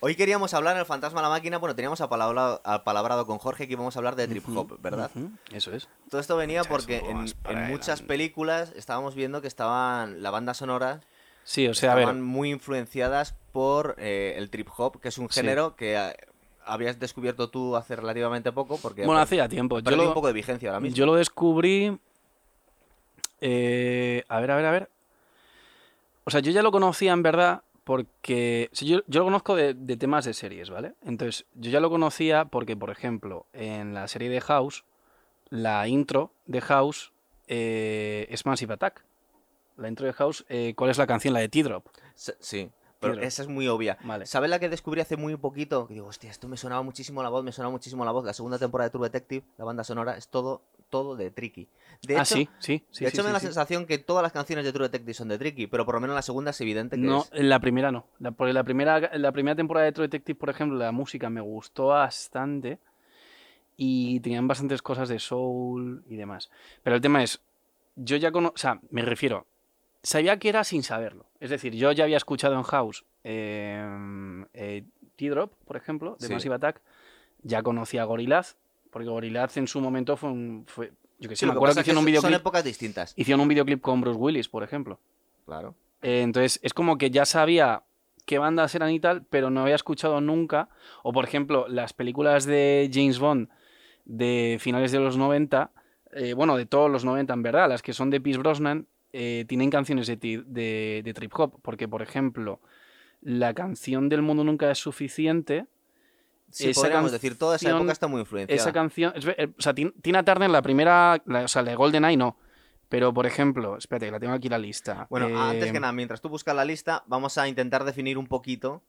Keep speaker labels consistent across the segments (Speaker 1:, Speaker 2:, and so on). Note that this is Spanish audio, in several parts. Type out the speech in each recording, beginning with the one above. Speaker 1: Hoy queríamos hablar en el Fantasma de la Máquina, bueno, teníamos apalabrado, apalabrado con Jorge que íbamos a hablar de trip hop, ¿verdad?
Speaker 2: Ujú, Eso es.
Speaker 1: Todo esto venía
Speaker 3: Muchas
Speaker 1: porque en,
Speaker 3: uvas para
Speaker 1: en
Speaker 3: el
Speaker 1: muchas
Speaker 3: and-
Speaker 1: películas estábamos viendo que estaban la banda sonora
Speaker 2: Sí, o sea, a ver.
Speaker 1: estaban muy influenciadas por eh, el trip hop, que es un
Speaker 2: Sí.
Speaker 1: género que eh, habías descubierto tú hace relativamente poco, porque
Speaker 2: Bueno,
Speaker 1: per-
Speaker 2: hacía tiempo. Yo
Speaker 1: perdió
Speaker 2: lo,
Speaker 1: un poco de vigencia ahora mismo.
Speaker 2: Yo lo descubrí. eh, a ver, a ver, a ver. O sea, yo ya lo conocía en verdad porque. o sea, yo, yo lo conozco de, de temas de series, ¿vale? Entonces, yo ya lo conocía porque, por ejemplo, en la serie de House, la intro de House eh, es Massive Attack. La intro de House, eh, ¿cuál es la canción? La de T-Drop.
Speaker 1: S- Sí, pero
Speaker 2: Claro.
Speaker 1: esa es muy obvia.
Speaker 2: Vale.
Speaker 1: ¿Sabes la que descubrí hace muy poquito? Que digo, hostia, esto me sonaba muchísimo la voz, me sonaba muchísimo la voz. La segunda temporada de True Detective, la banda sonora, es todo, todo de Tricky. De
Speaker 2: ah,
Speaker 1: hecho,
Speaker 2: sí, sí, sí.
Speaker 1: de
Speaker 2: sí,
Speaker 1: hecho me
Speaker 2: sí,
Speaker 1: da la
Speaker 2: sí.
Speaker 1: sensación que todas las canciones de True Detective son de Tricky, pero por lo menos la segunda es evidente que
Speaker 2: No,
Speaker 1: es.
Speaker 2: en la primera no. La, porque la primera, la primera temporada de True Detective, por ejemplo, la música me gustó bastante. Y tenían bastantes cosas de soul y demás. Pero el tema es, yo ya conozco, o sea, me refiero, sabía que era sin saberlo. Es decir, yo ya había escuchado en House eh, eh, T-Drop, por ejemplo, de
Speaker 1: Sí.
Speaker 2: Massive Attack. Ya conocía Gorillaz, porque Gorillaz en su momento fue un... Fue, yo que sé,
Speaker 1: Sí,
Speaker 2: me
Speaker 1: lo que
Speaker 2: acuerdo
Speaker 1: pasa
Speaker 2: que
Speaker 1: es que
Speaker 2: hicieron
Speaker 1: son-
Speaker 2: un
Speaker 1: son
Speaker 2: videoclip,
Speaker 1: épocas distintas.
Speaker 2: hicieron un videoclip con Bruce Willis, por ejemplo.
Speaker 1: Claro.
Speaker 2: Eh, entonces, es como que ya sabía qué bandas eran y tal, pero no había escuchado nunca. O, por ejemplo, las películas de James Bond de finales de los 90, eh, bueno, de todos los 90 en verdad, las que son de Pierce Brosnan, eh, tienen canciones de, ti- de- de trip hop. Porque, por ejemplo, la canción del mundo nunca es suficiente.
Speaker 1: Sí,
Speaker 2: Esa
Speaker 1: podríamos decir, toda esa
Speaker 2: canción-
Speaker 1: época está muy influenciada.
Speaker 2: Esa canción. es ve- eh, o sea, Tin- Tina Turner, la primera. la- o sea, la de GoldenEye no. Pero, por ejemplo, espérate, que la tengo aquí la lista.
Speaker 1: Bueno,
Speaker 2: Eh,
Speaker 1: antes que nada, mientras tú buscas la lista, vamos a intentar definir un poquito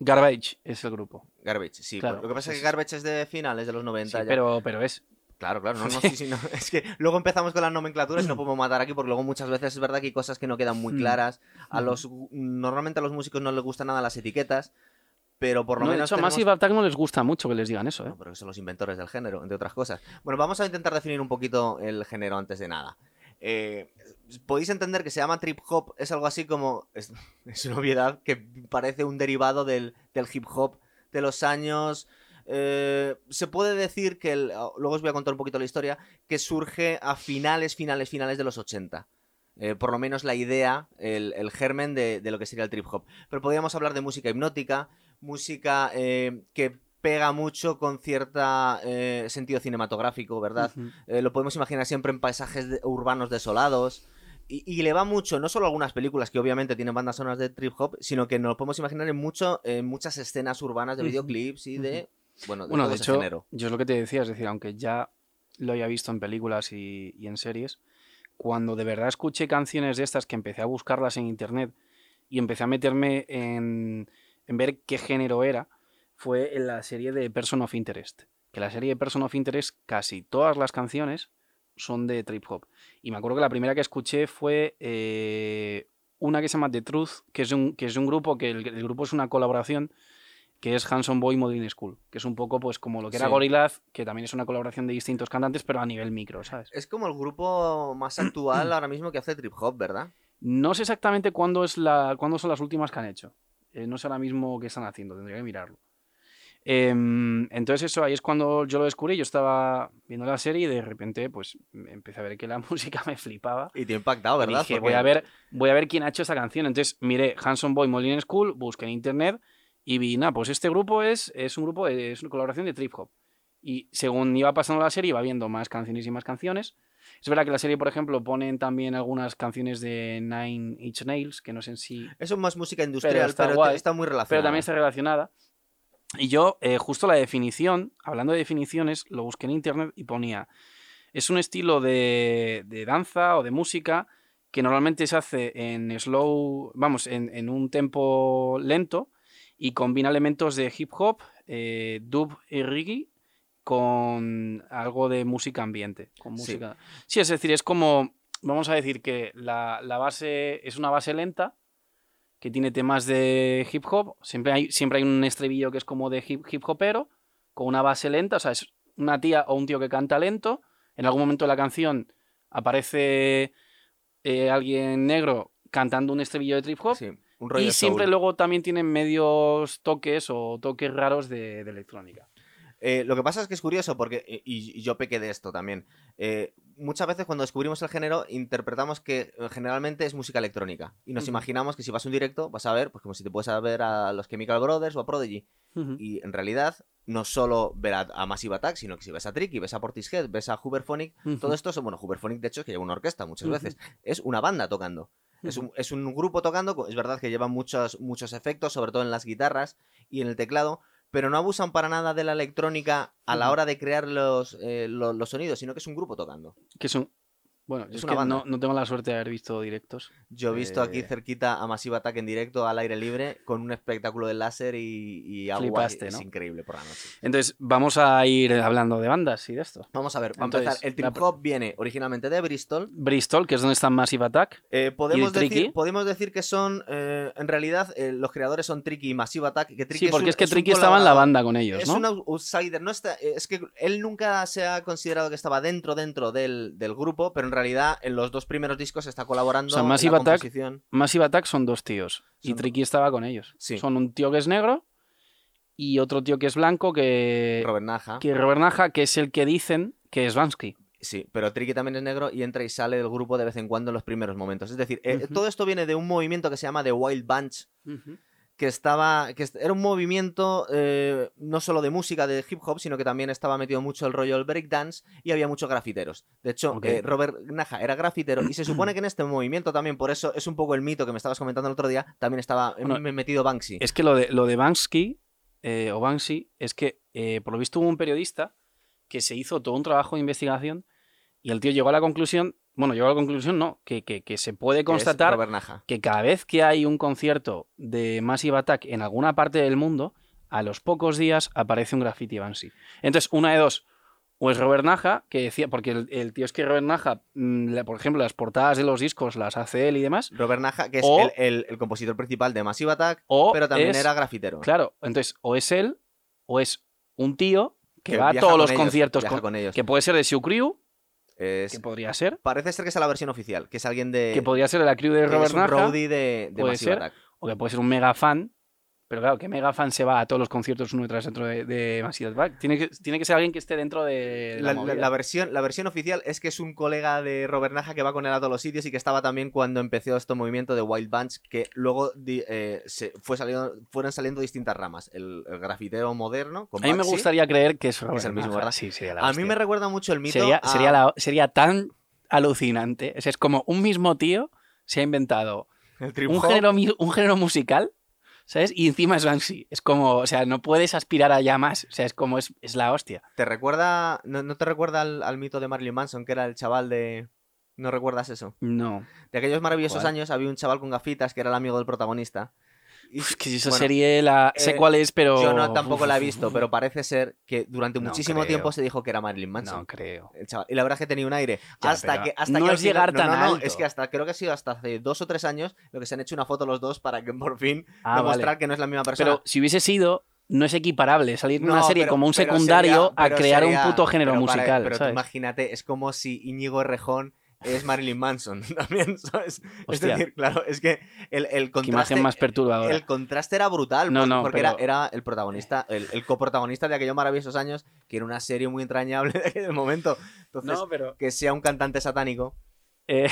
Speaker 2: Garbage es el grupo.
Speaker 1: Garbage. Sí,
Speaker 2: Claro,
Speaker 1: lo que pasa
Speaker 2: sí,
Speaker 1: es
Speaker 2: sí.
Speaker 1: que Garbage es de finales de los 90.
Speaker 2: Sí,
Speaker 1: ya.
Speaker 2: pero, pero es.
Speaker 1: Claro, claro, no, no, sí, sí, no. Es que luego empezamos con las nomenclaturas y no podemos matar aquí porque luego muchas veces es verdad que hay cosas que no quedan muy
Speaker 2: Hmm.
Speaker 1: claras. A
Speaker 2: Hmm.
Speaker 1: los Normalmente a los músicos no les gustan nada las etiquetas, pero por lo
Speaker 2: no, de
Speaker 1: menos.
Speaker 2: hecho, a
Speaker 1: tenemos-
Speaker 2: Massive Attack no les gusta mucho que les digan eso, ¿eh?
Speaker 1: No, pero que son los inventores del género, entre otras cosas. Bueno, vamos a intentar definir un poquito el género antes de nada. Eh, Podéis entender que se llama trip hop, es algo así como. Es, es una obviedad que parece un derivado del, del hip hop de los años. eh, se puede decir que, el- oh, luego os voy a contar un poquito la historia, que surge a finales, finales, finales de los 80. Eh, por lo menos la idea, el, el germen de, de lo que sería el trip hop. Pero podríamos hablar de música hipnótica, música eh, que pega mucho con cierto sentido cinematográfico, ¿verdad?
Speaker 2: Ujú.
Speaker 1: Eh, lo podemos imaginar siempre en paisajes de- urbanos desolados. Y, y le va mucho, no solo a algunas películas que obviamente tienen bandas sonoras de trip hop, sino que nos lo podemos imaginar en, mucho, en muchas escenas urbanas de
Speaker 2: Ujú,
Speaker 1: videoclips y de. Bueno, de,
Speaker 2: Bueno,
Speaker 1: todo
Speaker 2: de
Speaker 1: ese
Speaker 2: hecho,
Speaker 1: género.
Speaker 2: yo es lo que te decía, es decir, aunque ya lo había visto en películas y, y en series, cuando de verdad escuché canciones de estas que empecé a buscarlas en internet y empecé a meterme en, en ver qué género era, fue en la serie de Person of Interest. Que la serie de Person of Interest, casi todas las canciones son de trip hop. Y me acuerdo que la primera que escuché fue eh, una que se llama The Truth, que es de un, que es de un grupo, que el- el grupo es una colaboración que es Hanson Boy Modern School, que es un poco pues como lo que era
Speaker 1: Sí.
Speaker 2: Gorillaz, que también es una colaboración de distintos cantantes, pero a nivel micro, ¿sabes?
Speaker 1: Es como el grupo más actual ahora mismo que hace trip hop, ¿verdad?
Speaker 2: No sé exactamente cuándo, es la, cuándo son las últimas que han hecho. Eh, no sé ahora mismo qué están haciendo, tendría que mirarlo. Em, entonces eso, ahí es cuando yo lo descubrí, yo estaba viendo la serie y de repente pues empecé a ver que la música me flipaba.
Speaker 1: Y te ha impactado,
Speaker 2: Y
Speaker 1: ¿verdad?
Speaker 2: dije,
Speaker 1: Porque-
Speaker 2: voy a, ver, voy a ver quién ha hecho esa canción. Entonces miré Hanson Boy Molin School, busqué en internet y vi, nada, pues este grupo es, es un grupo, de- es una colaboración de trip hop. Y según iba pasando la serie, iba viendo más canciones y más canciones. Es verdad que la serie, por ejemplo, ponen también algunas canciones de Nine Inch Nails, que no sé si...
Speaker 1: Eso es más música industrial,
Speaker 2: está
Speaker 1: pero, te- está,
Speaker 2: guay.
Speaker 1: muy
Speaker 2: Pero
Speaker 1: relacionada.
Speaker 2: también está relacionada. Y yo, eh, justo la definición, hablando de definiciones, lo busqué en internet y ponía, es un estilo de, de danza o de música que normalmente se hace en slow, vamos, en, en un tempo lento y combina elementos de hip hop, eh, dub y reggae con algo de música ambiente. Con
Speaker 1: Sí.
Speaker 2: música. Sí. es decir, es como, vamos a decir que la, la base es una base lenta que tiene temas de hip hop, siempre hay, siempre hay un estribillo que es como de hip, hip hopero, con una base lenta, o sea, es una tía o un tío que canta lento, en algún momento de la canción aparece eh, alguien negro cantando un estribillo de trip hop
Speaker 1: Sí. Un rollo
Speaker 2: y siempre
Speaker 1: soul.
Speaker 2: luego también tienen medios toques o toques raros de, de electrónica.
Speaker 1: Eh, lo que pasa es que es curioso porque, eh, y, y yo pequé de esto también, eh, muchas veces cuando descubrimos el género interpretamos que eh, generalmente es música electrónica y nos
Speaker 2: Ujú.
Speaker 1: imaginamos que si vas a un directo vas a ver, pues como si te puedes a ver a los Chemical Brothers o a Prodigy. Y en realidad no solo ver a, a Massive Attack, sino que si ves a Tricky, ves a Portishead, ves a Hooverphonic, todo esto son, bueno, Hooverphonic de hecho es que lleva una orquesta muchas
Speaker 2: Ujú.
Speaker 1: veces, es una banda tocando. Es un, es un grupo tocando, co- es verdad que lleva muchos, muchos efectos, sobre todo en las guitarras y en el teclado, pero no abusan para nada de la electrónica a la
Speaker 2: Ujú.
Speaker 1: hora de crear los, eh, lo- los sonidos, sino que es un grupo tocando.
Speaker 2: Que son. Bueno, yo
Speaker 1: Es
Speaker 2: es
Speaker 1: una
Speaker 2: que
Speaker 1: banda.
Speaker 2: no, no tengo la suerte de haber visto directos.
Speaker 1: Yo he visto aquí
Speaker 2: Eh.
Speaker 1: cerquita a Massive Attack en directo al aire libre con un espectáculo de láser y, y agua.
Speaker 2: Flipaste,
Speaker 1: es
Speaker 2: ¿no?
Speaker 1: increíble por la noche.
Speaker 2: Entonces, vamos a ir hablando de bandas y de esto.
Speaker 1: Vamos a ver, vamos a
Speaker 2: Entonces,
Speaker 1: empezar. El
Speaker 2: la
Speaker 1: trip
Speaker 2: pr-
Speaker 1: hop viene originalmente de Bristol.
Speaker 2: Bristol, que es donde están Massive Attack.
Speaker 1: Eh, podemos,
Speaker 2: de Tricky?
Speaker 1: decir, podemos decir que son, eh, en realidad, eh, los creadores son Tricky y Massive Attack. Que Tricky
Speaker 2: sí, porque
Speaker 1: un-
Speaker 2: es, que
Speaker 1: un
Speaker 2: Tricky estaba en la
Speaker 1: colaborador.
Speaker 2: banda con ellos,
Speaker 1: Es
Speaker 2: ¿no?
Speaker 1: un au- outsider, no está, eh, es que él nunca se ha considerado que estaba dentro dentro del, del grupo, pero en realidad en los dos primeros discos está colaborando
Speaker 2: O sea,
Speaker 1: en
Speaker 2: Massive
Speaker 1: la
Speaker 2: Attack-
Speaker 1: composición.
Speaker 2: Massive Attack son dos tíos. Y
Speaker 1: Son-
Speaker 2: Tricky estaba con ellos.
Speaker 1: Sí.
Speaker 2: Son un tío que es negro y otro tío que es blanco, que,
Speaker 1: Robert Naja.
Speaker 2: que Robert Naja, que es el que dicen que es Vansky.
Speaker 1: Sí, pero Tricky también es negro y entra y sale del grupo de vez en cuando en los primeros momentos. Es decir, eh,
Speaker 2: Ujú.
Speaker 1: todo esto viene de un movimiento que se llama The Wild Bunch, que estaba que est- era un movimiento eh, no solo de música de hip hop sino que también estaba metido mucho el rollo del breakdance y había muchos grafiteros de hecho
Speaker 2: Ok.
Speaker 1: eh, Robert Naja era grafitero y se supone que en este movimiento también por eso es un poco el mito que me estabas comentando el otro día también estaba eh,
Speaker 2: Bueno,
Speaker 1: me- metido Banksy
Speaker 2: Es que lo de, lo de Bansky eh, o Banksy es que, eh, por lo visto, hubo un periodista que se hizo todo un trabajo de investigación y el tío llegó a la conclusión, bueno, llegó a la conclusión, no, que, que- que se puede
Speaker 1: que es
Speaker 2: constatar
Speaker 1: Robert Naja
Speaker 2: que cada vez que hay un concierto de Massive Attack en alguna parte del mundo, a los pocos días aparece un graffiti Banksy. Entonces, una de dos. O es Robert Naja, que decía, porque el, el tío es que Robert Naja, mm, la- por ejemplo, las portadas de los discos las hace él y demás,
Speaker 1: Robert Naja que es
Speaker 2: O-
Speaker 1: el, el- el compositor principal de Massive Attack
Speaker 2: o
Speaker 1: pero también
Speaker 2: es-
Speaker 1: era grafitero
Speaker 2: Claro, entonces o es él o es un tío que, va a
Speaker 1: viaja
Speaker 2: todos
Speaker 1: con
Speaker 2: los
Speaker 1: ellos,
Speaker 2: conciertos,
Speaker 1: viaja
Speaker 2: con-
Speaker 1: con ellos
Speaker 2: que puede ser de Seu Crew,
Speaker 1: Es-
Speaker 2: que podría ser,
Speaker 1: parece ser que es la versión oficial que es alguien de
Speaker 2: que podría ser de la crew de
Speaker 1: que
Speaker 2: Robert
Speaker 1: es un
Speaker 2: Naja,
Speaker 1: roadie de, de
Speaker 2: puede
Speaker 1: Massive
Speaker 2: ser.
Speaker 1: Attack
Speaker 2: o que puede ser un mega fan. Pero claro, que mega fan se va a todos los conciertos uno tras otro de, de Massive Attack. Tiene que, tiene que ser alguien que esté dentro de, de eh,
Speaker 1: La,
Speaker 2: la,
Speaker 1: la-
Speaker 2: movida.
Speaker 1: la versión, la versión oficial es que es un colega de Robert Naja que va con él a todos los sitios y que estaba también cuando empezó este movimiento de Wild Bunch, que luego di- eh, se fue saliendo, fueron saliendo distintas ramas. El, el grafitero moderno, con
Speaker 2: a mí me
Speaker 1: Banksy.
Speaker 2: gustaría creer que es Robert
Speaker 1: el mismo,
Speaker 2: Naja.
Speaker 1: ¿verdad?
Speaker 2: Sí, sería la
Speaker 1: A mí
Speaker 2: hostia.
Speaker 1: me recuerda mucho el mito.
Speaker 2: sería,
Speaker 1: a-
Speaker 2: sería, la- sería tan alucinante. O sea, es como un mismo tío se ha inventado
Speaker 1: el trip
Speaker 2: un
Speaker 1: hop.
Speaker 2: género, mi- un género musical, ¿sabes? Y encima es Banksy. Es como, o sea, no puedes aspirar allá más. O sea, es como, es, es la hostia.
Speaker 1: ¿Te recuerda, no, no te recuerda al, al mito de Marilyn Manson, que era el chaval de. ¿No recuerdas eso?
Speaker 2: No.
Speaker 1: De aquellos maravillosos
Speaker 2: ¿Cuál?
Speaker 1: años había un chaval con gafitas que era el amigo del protagonista. Y
Speaker 2: Es que esa
Speaker 1: bueno,
Speaker 2: serie la.
Speaker 1: eh,
Speaker 2: sé cuál es, pero.
Speaker 1: Yo no, tampoco la he visto, pero parece ser que durante
Speaker 2: No
Speaker 1: muchísimo
Speaker 2: creo.
Speaker 1: tiempo se dijo que era Marilyn Manson.
Speaker 2: No creo.
Speaker 1: el chaval. Y la verdad es que tenía un aire.
Speaker 2: Ya,
Speaker 1: hasta
Speaker 2: pero
Speaker 1: que, hasta
Speaker 2: no
Speaker 1: que al
Speaker 2: es llegar
Speaker 1: final- no,
Speaker 2: tan
Speaker 1: no, no,
Speaker 2: alto.
Speaker 1: Es que hasta, creo que ha sido hasta hace dos o tres años lo que se han hecho una foto los dos para que por fin
Speaker 2: Ah,
Speaker 1: demostrar
Speaker 2: vale.
Speaker 1: que no es la misma persona.
Speaker 2: Pero si hubiese sido, no es equiparable salir de
Speaker 1: No,
Speaker 2: una serie
Speaker 1: pero-
Speaker 2: como un
Speaker 1: pero
Speaker 2: secundario
Speaker 1: sería-
Speaker 2: a
Speaker 1: pero
Speaker 2: crear
Speaker 1: sería-
Speaker 2: un puto género
Speaker 1: pero para-
Speaker 2: musical.
Speaker 1: pero tú
Speaker 2: ¿sabes?
Speaker 1: imagínate, es como si Íñigo Rejón es Marilyn Manson también, ¿sabes?
Speaker 2: Hostia.
Speaker 1: Es decir, claro, es que el, el
Speaker 2: Qué imagen
Speaker 1: contraste...
Speaker 2: más perturbadora.
Speaker 1: el contraste era brutal,
Speaker 2: No,
Speaker 1: por-
Speaker 2: no,
Speaker 1: porque
Speaker 2: pero-
Speaker 1: era, era el protagonista, el, el coprotagonista de aquellos maravillosos años, que era una serie muy entrañable de aquel momento. Entonces,
Speaker 2: No, pero.
Speaker 1: que sea un cantante satánico,
Speaker 2: eh,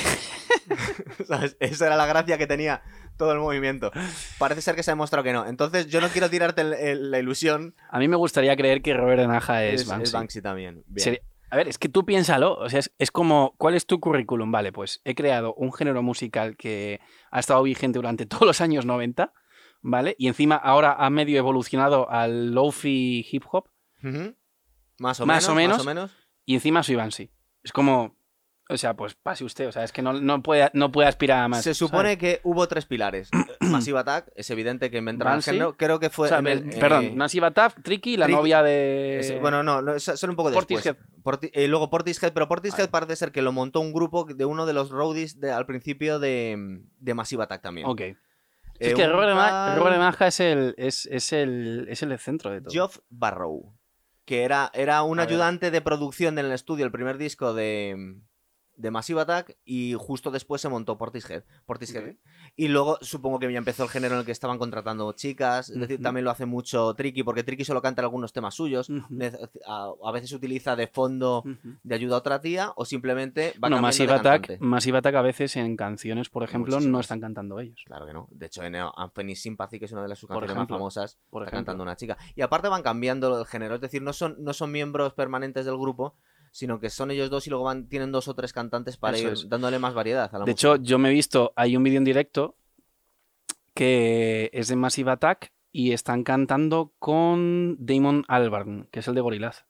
Speaker 1: ¿Sabes? Esa era la gracia que tenía todo el movimiento. Parece ser que se ha demostrado que no. Entonces, yo no quiero tirarte el- el- la ilusión.
Speaker 2: a mí me gustaría creer que Robert Naja
Speaker 1: Es,
Speaker 2: es,
Speaker 1: es
Speaker 2: Banksy.
Speaker 1: también. Bien.
Speaker 2: Sería- A ver, es que tú piénsalo, o sea, es, es como, ¿cuál es tu currículum? Vale, pues he creado un género musical que ha estado vigente durante todos los años 90, ¿vale? Y encima ahora ha medio evolucionado al lofi hip hop
Speaker 1: Ujú. Más, o,
Speaker 2: Más
Speaker 1: menos,
Speaker 2: o
Speaker 1: Más o menos.
Speaker 2: y encima soy Bansi. Es como, o sea, pues pase usted, o sea, es que no, no, puede, no puede aspirar a más.
Speaker 1: se supone que hubo tres pilares. Massive Attack, es evidente que inventaron el
Speaker 2: Banshee.
Speaker 1: género. Creo que fue.
Speaker 2: ¿sabes? O sea,
Speaker 1: en el-
Speaker 2: me- perdón, eh,
Speaker 1: eh,
Speaker 2: Massive Attack, Tricky, y la
Speaker 1: Tricky-
Speaker 2: novia de...
Speaker 1: es- bueno, no, no, es- solo un poco después.
Speaker 2: Portishead.
Speaker 1: Porti- eh, luego Portishead, pero Portishead
Speaker 2: Vale.
Speaker 1: parece ser que lo montó un grupo de uno de los roadies de- al principio de, de Massive Attack también.
Speaker 2: Ok.
Speaker 1: Eh,
Speaker 2: es que
Speaker 1: un
Speaker 2: Robert, Ma-
Speaker 1: tal-
Speaker 2: Robert Naja es el, es, es el, es el centro de todo.
Speaker 1: Geoff Barrow, que era, era un
Speaker 2: A ver.
Speaker 1: ayudante de producción en el estudio, el primer disco de, de Massive Attack y justo después se montó Portishead. Portishead. Y luego supongo que ya empezó el género en el que estaban contratando chicas. Es decir,
Speaker 2: Ujú.
Speaker 1: también lo hace mucho Tricky, porque Tricky solo canta algunos temas suyos.
Speaker 2: Ujú.
Speaker 1: Nece- A, a veces utiliza de fondo
Speaker 2: Ujú.
Speaker 1: de ayuda a otra tía o simplemente va
Speaker 2: Bueno,
Speaker 1: cambiando
Speaker 2: Massive
Speaker 1: de
Speaker 2: Attack, mm.
Speaker 1: cantante.
Speaker 2: Massive Attack a veces en canciones, por ejemplo, no
Speaker 1: Muchísimas.
Speaker 2: están cantando ellos.
Speaker 1: Claro que no. De hecho, en Anthony Sympathy, que es una de las sus
Speaker 2: Por
Speaker 1: canciones
Speaker 2: ejemplo.
Speaker 1: más famosas,
Speaker 2: Por
Speaker 1: está
Speaker 2: ejemplo.
Speaker 1: cantando una chica. Y aparte van cambiando el género, es decir, no son, no son miembros permanentes del grupo, sino que son ellos dos y luego van, tienen dos o tres cantantes para
Speaker 2: Eso
Speaker 1: ir
Speaker 2: es.
Speaker 1: dándole más variedad a la
Speaker 2: De
Speaker 1: música.
Speaker 2: hecho, yo me he visto, hay un vídeo en directo que es de Massive Attack y están cantando con Damon Albarn, que es el de Gorillaz,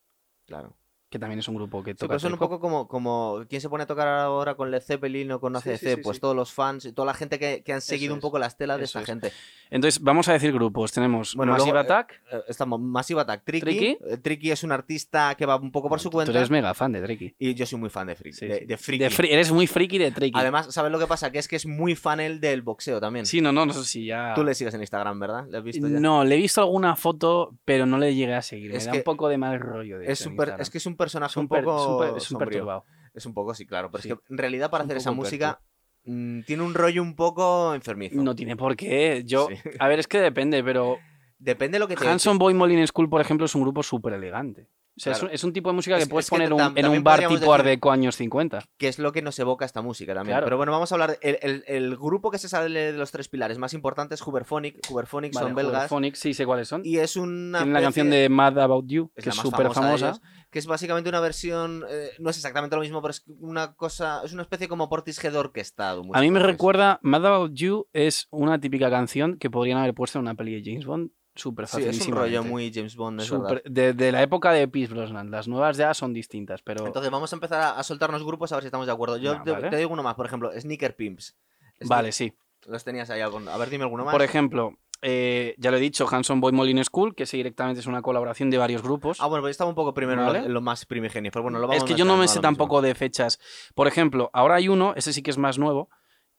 Speaker 1: claro.
Speaker 2: que también es un grupo que
Speaker 1: Sí,
Speaker 2: toca
Speaker 1: pero son un
Speaker 2: hip hop.
Speaker 1: poco como, como quién se pone a tocar ahora con Led Zeppelin o con
Speaker 2: Sí, sí,
Speaker 1: ACC,
Speaker 2: sí,
Speaker 1: pues
Speaker 2: sí.
Speaker 1: todos los fans y toda la gente que, que han seguido un
Speaker 2: es.
Speaker 1: poco la estela de
Speaker 2: Eso
Speaker 1: esta
Speaker 2: es.
Speaker 1: gente.
Speaker 2: Entonces, vamos a decir grupos. Tenemos
Speaker 1: Bueno,
Speaker 2: Massive
Speaker 1: luego, eh,
Speaker 2: Attack.
Speaker 1: Eh, Estamos Massive Attack, Tricky.
Speaker 2: Tricky.
Speaker 1: Eh, Tricky es un artista que va un poco por su
Speaker 2: Tú
Speaker 1: cuenta.
Speaker 2: eres mega fan de Tricky.
Speaker 1: Y yo soy muy fan de Freaky.
Speaker 2: Sí,
Speaker 1: de,
Speaker 2: sí.
Speaker 1: de Freaky.
Speaker 2: De fri- eres muy friki de Tricky.
Speaker 1: Además, ¿sabes lo que pasa? Que es que es muy fan él del boxeo también.
Speaker 2: sí, no, no, no sé si ya...
Speaker 1: Tú le sigues en Instagram, ¿verdad? ¿Le has visto ya?
Speaker 2: No, le he visto alguna foto, pero no le llegué a seguir.
Speaker 1: Es
Speaker 2: me da
Speaker 1: que-
Speaker 2: un poco de mal rollo. De
Speaker 1: Es,
Speaker 2: hecho, en
Speaker 1: súper-
Speaker 2: Instagram.
Speaker 1: es que es un personaje
Speaker 2: Es un
Speaker 1: un
Speaker 2: per-
Speaker 1: poco
Speaker 2: súper- es un
Speaker 1: sombrío.
Speaker 2: perturbado.
Speaker 1: Es un poco, sí, claro. Pero
Speaker 2: Sí.
Speaker 1: es que en realidad para
Speaker 2: Es un
Speaker 1: hacer
Speaker 2: poco
Speaker 1: esa
Speaker 2: un
Speaker 1: música mm, tiene un rollo un poco enfermizo.
Speaker 2: No tiene por qué. Yo,
Speaker 1: Sí.
Speaker 2: a ver, es que depende, pero
Speaker 1: Depende de lo que te...
Speaker 2: Hanson Boy Molin School, por ejemplo, es un grupo súper elegante. O sea, es
Speaker 1: Claro.
Speaker 2: un- es, un, tipo de música que
Speaker 1: Es-
Speaker 2: puedes
Speaker 1: es que
Speaker 2: poner un-
Speaker 1: tam-
Speaker 2: en
Speaker 1: también
Speaker 2: un bar tipo
Speaker 1: podríamos
Speaker 2: Art
Speaker 1: decir-
Speaker 2: Deco años 50.
Speaker 1: Que es lo que nos evoca esta música también.
Speaker 2: Claro.
Speaker 1: Pero bueno, vamos a hablar... El, el- el grupo que se sale de los tres pilares más importantes es Huberphonic. Huberphonic
Speaker 2: Vale,
Speaker 1: son belgas.
Speaker 2: Phonics, sí sé cuáles son.
Speaker 1: Y es una...
Speaker 2: Tienen la
Speaker 1: especie-
Speaker 2: canción de Mad About You,
Speaker 1: es
Speaker 2: que
Speaker 1: la
Speaker 2: es
Speaker 1: más
Speaker 2: súper
Speaker 1: famosa, de
Speaker 2: famosa.
Speaker 1: ellos, que es básicamente una versión, eh, no es exactamente lo mismo, pero es una cosa, es una especie como Portishead orquestado.
Speaker 2: A
Speaker 1: muchas
Speaker 2: mí me
Speaker 1: veces.
Speaker 2: recuerda, Mad About You es una típica canción que podrían haber puesto en una peli de James Bond súper
Speaker 1: Sí, es un rollo muy James Bond, es verdad.
Speaker 2: de, de la época de Pierce Brosnan. Las nuevas ya son distintas, pero
Speaker 1: Entonces vamos a empezar a, a soltarnos grupos a ver si estamos de acuerdo. Yo
Speaker 2: Ah,
Speaker 1: te,
Speaker 2: vale.
Speaker 1: te digo uno más, por ejemplo, Sneaker Pimps. Sne-
Speaker 2: vale, sí.
Speaker 1: Los tenías ahí algún- A ver, dime alguno más.
Speaker 2: Por ejemplo, eh, ya lo he dicho, Hanson Boy Molin School, que sí directamente es una colaboración de varios grupos.
Speaker 1: Ah, bueno, pues estaba un poco primero en lo-
Speaker 2: Vale.
Speaker 1: en lo más primigenio, pero bueno, lo vamos
Speaker 2: es que yo no
Speaker 1: mezclando,
Speaker 2: me
Speaker 1: da
Speaker 2: sé
Speaker 1: lo mismo.
Speaker 2: tampoco de fechas. Por ejemplo, ahora hay uno, ese sí que es más nuevo,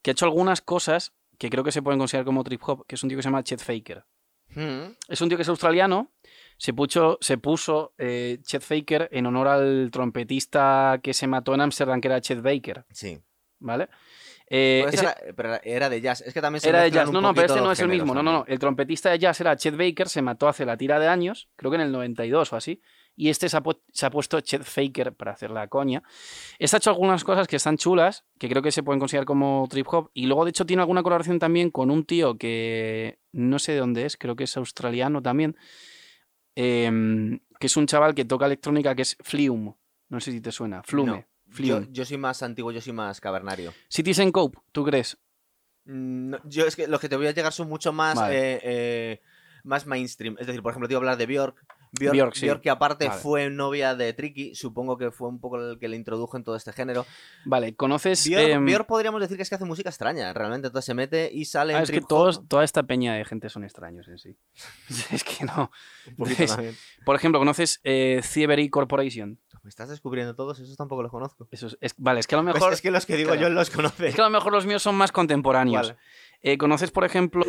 Speaker 2: que ha hecho algunas cosas que creo que se pueden considerar como trip hop, que es un tío que se llama Chet Faker.
Speaker 1: Mm,
Speaker 2: Es un tío que es australiano, se puso, se puso eh, Chet Faker en honor al trompetista que se mató en Ámsterdam, que era Chet Baker,
Speaker 1: Sí.
Speaker 2: ¿vale? Eh,
Speaker 1: Pues
Speaker 2: ese-
Speaker 1: era, pero era- era de jazz. Es que también se
Speaker 2: Era de
Speaker 1: mezclan
Speaker 2: jazz.
Speaker 1: un
Speaker 2: No, no, pero
Speaker 1: poquito
Speaker 2: este no
Speaker 1: los
Speaker 2: es el
Speaker 1: géneros
Speaker 2: mismo. No, no, no.
Speaker 1: también.
Speaker 2: El trompetista de jazz era Chet Baker, se mató hace la tira de años, creo que en el 92 o así. Y este se ha, pu- se ha puesto Chet Faker para hacer la coña. Este ha hecho algunas cosas que están chulas, que creo que se pueden considerar como trip hop. Y luego, de hecho, tiene alguna colaboración también con un tío que no sé de dónde es, creo que es australiano también. em, que es un chaval que toca electrónica que es Flium. No sé si te suena. Flume.
Speaker 1: Yo,
Speaker 2: Flium.
Speaker 1: yo soy más antiguo, yo soy más cavernario.
Speaker 2: Citizen Cope, ¿tú crees?
Speaker 1: Mm, no, yo es que los que te voy a llegar son mucho más,
Speaker 2: Vale.
Speaker 1: eh, eh, más mainstream. Es decir, por ejemplo, te iba a hablar de Bjork. Bjork,
Speaker 2: Björk, sí.
Speaker 1: Björk, que aparte
Speaker 2: Vale.
Speaker 1: fue novia de Tricky, supongo que fue un poco el que le introdujo en todo este género.
Speaker 2: Vale, ¿conoces.
Speaker 1: Björk,
Speaker 2: em,
Speaker 1: Björk podríamos decir que es que hace música extraña, realmente. Entonces se mete y sale
Speaker 2: Ah,
Speaker 1: en
Speaker 2: es que
Speaker 1: trip hop,
Speaker 2: todos, toda esta peña de gente son extraños en sí. es que no.
Speaker 1: un poquito
Speaker 2: es-
Speaker 1: también.
Speaker 2: Por ejemplo, ¿conoces eh, Thievery Corporation?
Speaker 1: Me estás descubriendo todos, esos tampoco los conozco.
Speaker 2: Eso es, es- vale, es que a lo
Speaker 1: Pues
Speaker 2: mejor.
Speaker 1: es que los que digo
Speaker 2: Claro.
Speaker 1: yo los conoce.
Speaker 2: es que a lo mejor los míos son más contemporáneos.
Speaker 1: ¿Cuál?
Speaker 2: Eh, ¿Conoces, por ejemplo.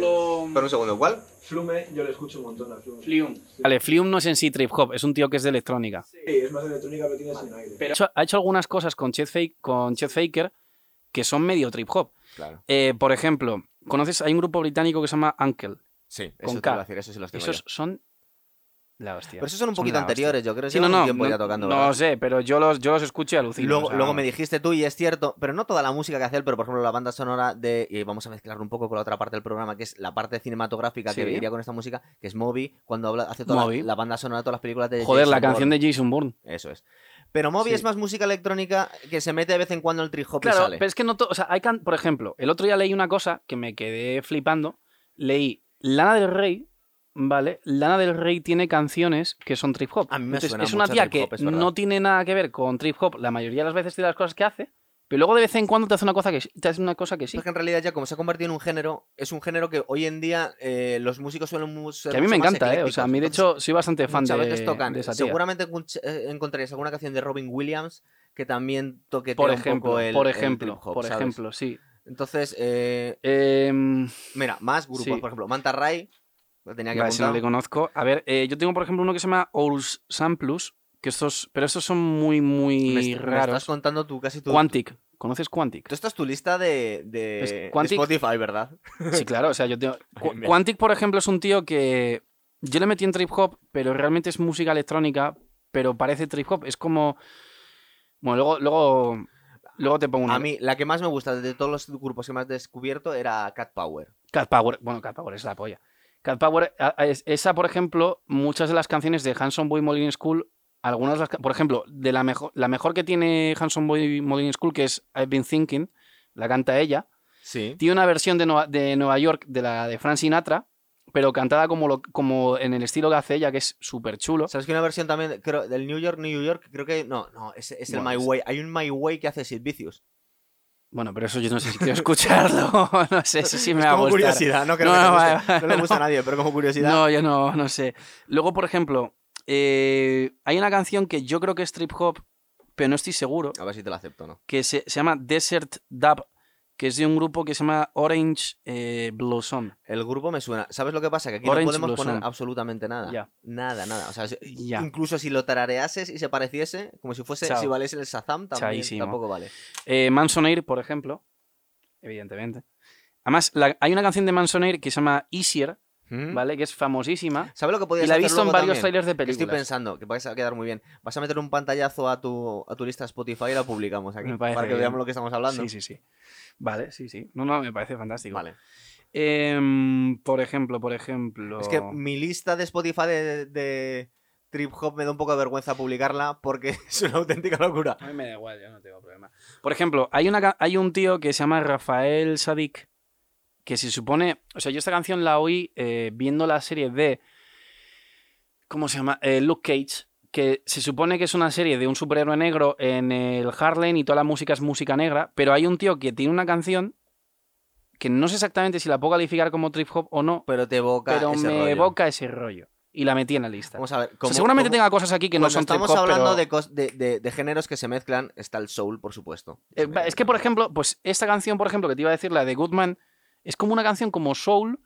Speaker 1: Espera un segundo, ¿cuál?
Speaker 3: Flume, yo le escucho un montón a Flume.
Speaker 2: Flium? Vale, Flium no es en sí trip hop, es un tío que es de electrónica.
Speaker 3: Sí, es más electrónica, pero tiene sin aire.
Speaker 2: Ha hecho- ha hecho algunas cosas con Chet, Fake- con Chet Faker que son medio trip hop.
Speaker 1: Claro.
Speaker 2: Eh, por ejemplo, ¿conoces? Hay un grupo británico que se llama Uncle.
Speaker 1: Sí, eso
Speaker 2: Con
Speaker 1: te
Speaker 2: K.
Speaker 1: iba a decir, esos sí los tengo
Speaker 2: Esos
Speaker 1: yo.
Speaker 2: son. La hostia.
Speaker 1: Pero esos son un
Speaker 2: Son
Speaker 1: poquito
Speaker 2: la hostia.
Speaker 1: anteriores, yo creo.
Speaker 2: Sí, no,
Speaker 1: llevan un
Speaker 2: no,
Speaker 1: tiempo
Speaker 2: no,
Speaker 1: ya tocando,
Speaker 2: no
Speaker 1: ¿verdad?
Speaker 2: sé, pero yo los, yo los escucho y alucino.
Speaker 1: luego,
Speaker 2: o sea,
Speaker 1: luego me dijiste tú, y es cierto, pero no toda la música que hace él, pero por ejemplo la banda sonora de. Y vamos a mezclarlo un poco con la otra parte del programa, que es la parte cinematográfica que
Speaker 2: Sí.
Speaker 1: iría con esta música, que es Moby, cuando habla, hace toda la,
Speaker 2: Moby.
Speaker 1: la banda sonora de todas las películas de.
Speaker 2: Joder, la canción de Jason Bourne.
Speaker 1: de. Eso es. Pero Moby
Speaker 2: Sí.
Speaker 1: es más música electrónica que se mete de vez en cuando en el trip hop y
Speaker 2: Claro,
Speaker 1: sale.
Speaker 2: pero es que no todo. O sea, hay can- por ejemplo, el otro día leí una cosa que me quedé flipando. Leí Lana del Rey, ¿vale? Lana del Rey tiene canciones que son trip hop.
Speaker 1: A mí me
Speaker 2: Entonces,
Speaker 1: suena
Speaker 2: es una
Speaker 1: mucho
Speaker 2: tía
Speaker 1: trip
Speaker 2: que
Speaker 1: hop, es verdad.
Speaker 2: no tiene nada que ver con trip hop la mayoría de las veces de las cosas que hace, pero luego de vez en cuando te hace una cosa que sí. Te hace una cosa que sí.
Speaker 1: Pero es que en realidad ya como se ha convertido en un género, es un género que hoy en día eh, los músicos suelen mu- ser
Speaker 2: Que a mí
Speaker 1: mucho
Speaker 2: me
Speaker 1: más
Speaker 2: encanta, ¿eh? O sea, a mí de
Speaker 1: eclécticos.
Speaker 2: hecho soy bastante este fan de,
Speaker 1: Muchas veces tocan.
Speaker 2: de esa tía.
Speaker 1: Seguramente encuch- eh, encontraréis alguna canción de Robin Williams que también toque
Speaker 2: Por
Speaker 1: un
Speaker 2: ejemplo,
Speaker 1: poco el,
Speaker 2: por
Speaker 1: el
Speaker 2: ejemplo,
Speaker 1: trip hop,
Speaker 2: por
Speaker 1: ¿sabes?
Speaker 2: ejemplo, sí.
Speaker 1: Entonces, eh,
Speaker 2: Em,
Speaker 1: mira, más grupos,
Speaker 2: Sí.
Speaker 1: por ejemplo, Manta Ray, lo tenía que
Speaker 2: Vale, si no
Speaker 1: apuntar.
Speaker 2: le conozco. A ver, eh, yo tengo, por ejemplo, uno que se llama Old Samplus, Que estos, pero estos son muy, muy
Speaker 1: me, est- me estás
Speaker 2: raros.
Speaker 1: contando tú casi tu...
Speaker 2: Quantic. ¿Conoces Quantic?
Speaker 1: Tú esta es tu lista de, de
Speaker 2: Pues, Quantic-
Speaker 1: Spotify, ¿verdad?
Speaker 2: Sí, claro. O sea, yo tengo... Qu-
Speaker 1: Bien.
Speaker 2: Quantic, por ejemplo, es un tío que yo le metí en trip hop, pero realmente es música electrónica, pero parece trip hop. Es como... Bueno, luego, luego, luego te pongo una...
Speaker 1: A mí, la que más me gusta de todos los grupos que más he descubierto era Cat Power.
Speaker 2: Cat Power, bueno, Cat Power es la polla. Cat Power, a- a- es- esa, por ejemplo, muchas de las canciones de Hanson Boy Molin School, algunas de las, ca- por ejemplo, de la mejor, la mejor que tiene Hanson Boy Molin School, que es I've Been Thinking, la canta ella.
Speaker 1: Sí.
Speaker 2: Tiene una versión de Nueva, de Nueva York, de la de Frank Sinatra, pero cantada como, lo- como en el estilo que hace ella, que es súper chulo.
Speaker 1: ¿Sabes que una versión también, creo, del New York, New York, creo que... No, no, es, es el
Speaker 2: Bueno,
Speaker 1: My
Speaker 2: es-
Speaker 1: Way. Hay un My Way que hace Sid Vicious.
Speaker 2: Bueno, pero eso yo no sé si quiero escucharlo, no sé si sí me
Speaker 1: es
Speaker 2: va a
Speaker 1: como
Speaker 2: gustar.
Speaker 1: curiosidad, no creo
Speaker 2: No,
Speaker 1: que te
Speaker 2: no,
Speaker 1: guste.
Speaker 2: vale, vale,
Speaker 1: No le gusta
Speaker 2: no.
Speaker 1: a nadie, pero como curiosidad...
Speaker 2: No, yo no, no sé. Luego, por ejemplo, eh, hay una canción que yo creo que es trip hop, pero no estoy seguro,
Speaker 1: A ver si te la acepto, ¿no?
Speaker 2: que se, se llama Desert Dub, que es de un grupo que se llama Orange eh, Blossom.
Speaker 1: El grupo me suena. ¿Sabes lo que pasa? Que aquí
Speaker 2: Orange
Speaker 1: no podemos
Speaker 2: Blossom.
Speaker 1: poner absolutamente nada.
Speaker 2: Ya.
Speaker 1: Nada, nada. O sea, si-
Speaker 2: Ya.
Speaker 1: incluso si lo tarareases y se pareciese, como si fuese,
Speaker 2: Chao.
Speaker 1: si valiese el Shazam, también
Speaker 2: Chaísimo.
Speaker 1: tampoco vale.
Speaker 2: Eh, Manson Air, por ejemplo, evidentemente. Además, la- hay una canción de Manson Air que se llama Easier,
Speaker 1: ¿Mm?
Speaker 2: ¿vale? Que es famosísima.
Speaker 1: ¿Sabes lo que podías
Speaker 2: Y la he
Speaker 1: hacer
Speaker 2: visto en
Speaker 1: luego
Speaker 2: varios
Speaker 1: también?
Speaker 2: trailers de
Speaker 1: Que Estoy
Speaker 2: películas.
Speaker 1: pensando que vas a quedar muy bien. Vas a meter un pantallazo a tu, a tu lista Spotify y la publicamos aquí.
Speaker 2: Me
Speaker 1: Para
Speaker 2: parece
Speaker 1: que
Speaker 2: bien.
Speaker 1: veamos lo que estamos hablando.
Speaker 2: Sí, sí, sí. Vale, sí, sí. No, no, me parece fantástico.
Speaker 1: Vale.
Speaker 2: Em, por ejemplo, por ejemplo.
Speaker 1: Es que mi lista de Spotify de, de trip hop me da un poco de vergüenza publicarla porque es una auténtica locura.
Speaker 2: A mí me da igual, yo no tengo problema. Por ejemplo, hay, una, ca- hay un tío que se llama Rafael Sadik, que se supone. O sea, yo esta canción la oí eh, viendo la serie de. ¿Cómo se llama? Eh, Luke Cage, que se supone que es una serie de un superhéroe negro en el Harlem y toda la música es música negra, pero hay un tío que tiene una canción que no sé exactamente si la puedo calificar como trip hop o no,
Speaker 1: Pero te evoca
Speaker 2: pero
Speaker 1: ese
Speaker 2: me
Speaker 1: rollo.
Speaker 2: evoca ese rollo. Y la metí en la lista.
Speaker 1: Vamos a ver.
Speaker 2: O sea,
Speaker 1: como-
Speaker 2: seguramente
Speaker 1: como-
Speaker 2: tenga cosas aquí que no
Speaker 1: Cuando
Speaker 2: son trip
Speaker 1: estamos
Speaker 2: hop,
Speaker 1: hablando
Speaker 2: pero-
Speaker 1: de, cos- de- de- de géneros que se mezclan, está el soul, por supuesto.
Speaker 2: Eh, va, es que, por ejemplo, pues esta canción, por ejemplo, que te iba a decir, la de Goodman, es como una canción como soul,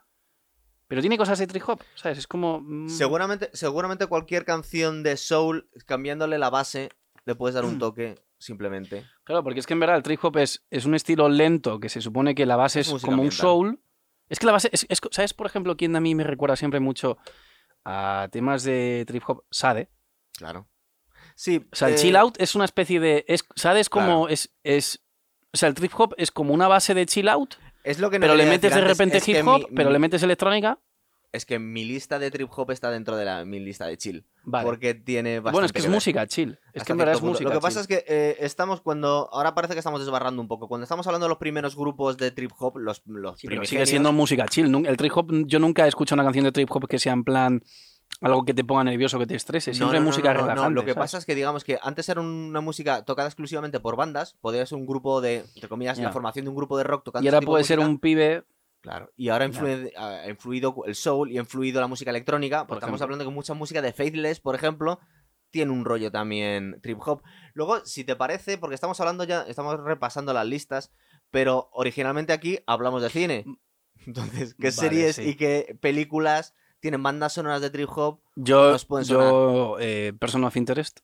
Speaker 2: pero tiene cosas de trip hop, ¿sabes? Es como... mm,
Speaker 1: Seguramente, seguramente cualquier canción de soul, cambiándole la base, le puedes
Speaker 2: Mm.
Speaker 1: dar un toque, simplemente.
Speaker 2: Claro, porque es que en verdad el trip hop es, es un estilo lento que se supone que la base
Speaker 1: Es
Speaker 2: es,
Speaker 1: música
Speaker 2: como un
Speaker 1: ambiental.
Speaker 2: soul. Es que la base... es- es- ¿Sabes, por ejemplo, quién a mí me recuerda siempre mucho a temas de trip hop? Sade.
Speaker 1: Claro. Sí.
Speaker 2: O sea, el
Speaker 1: eh,
Speaker 2: chill out es una especie de... es- Sade es como...
Speaker 1: Claro.
Speaker 2: Es, es, o sea, el trip hop es como una base de chill out,
Speaker 1: Es lo que no
Speaker 2: pero le
Speaker 1: quería
Speaker 2: metes de
Speaker 1: decir antes,
Speaker 2: repente
Speaker 1: es que
Speaker 2: hip hop,
Speaker 1: mi-
Speaker 2: pero
Speaker 1: mi-
Speaker 2: le metes electrónica.
Speaker 1: Es que mi lista de trip hop está dentro de la, mi lista de chill.
Speaker 2: Vale.
Speaker 1: Porque tiene bastante.
Speaker 2: Bueno, es que es
Speaker 1: ver.
Speaker 2: música chill. Es que
Speaker 1: Hasta
Speaker 2: en
Speaker 1: cierto
Speaker 2: verdad es
Speaker 1: punto.
Speaker 2: música.
Speaker 1: Lo que
Speaker 2: chill.
Speaker 1: pasa es que eh, estamos cuando. Ahora parece que estamos desbarrando un poco. Cuando estamos hablando de los primeros grupos de trip hop, los, los
Speaker 2: Sí, pero sigue
Speaker 1: primigenios,
Speaker 2: siendo música chill. Nun- El trip hop, yo nunca he escuchado una canción de trip hop que sea en plan algo que te ponga nervioso, que te estrese.
Speaker 1: No,
Speaker 2: Siempre
Speaker 1: no, no, no,
Speaker 2: música
Speaker 1: no, no.
Speaker 2: relajante.
Speaker 1: Lo que
Speaker 2: ¿sabes?
Speaker 1: pasa es que, digamos que antes era una música tocada exclusivamente por bandas. Podría ser un grupo de, entre comillas,
Speaker 2: Ya.
Speaker 1: la formación de un grupo de rock tocando.
Speaker 2: y
Speaker 1: ese
Speaker 2: ahora
Speaker 1: tipo de
Speaker 2: puede ser
Speaker 1: música.
Speaker 2: un pibe.
Speaker 1: Claro. Y ahora ha
Speaker 2: Ya.
Speaker 1: influido, ha influido el soul y ha influido la música electrónica. Porque
Speaker 2: Por
Speaker 1: estamos
Speaker 2: ejemplo.
Speaker 1: hablando que mucha música de Faithless, por ejemplo, tiene un rollo también trip hop. Luego, si te parece, porque estamos hablando ya, estamos repasando las listas, pero originalmente aquí hablamos de cine. Entonces, ¿qué
Speaker 2: Vale,
Speaker 1: series
Speaker 2: sí.
Speaker 1: y qué películas tienen bandas sonoras de trip hop?
Speaker 2: Yo,
Speaker 1: Nos pueden
Speaker 2: yo eh, Person of Interest.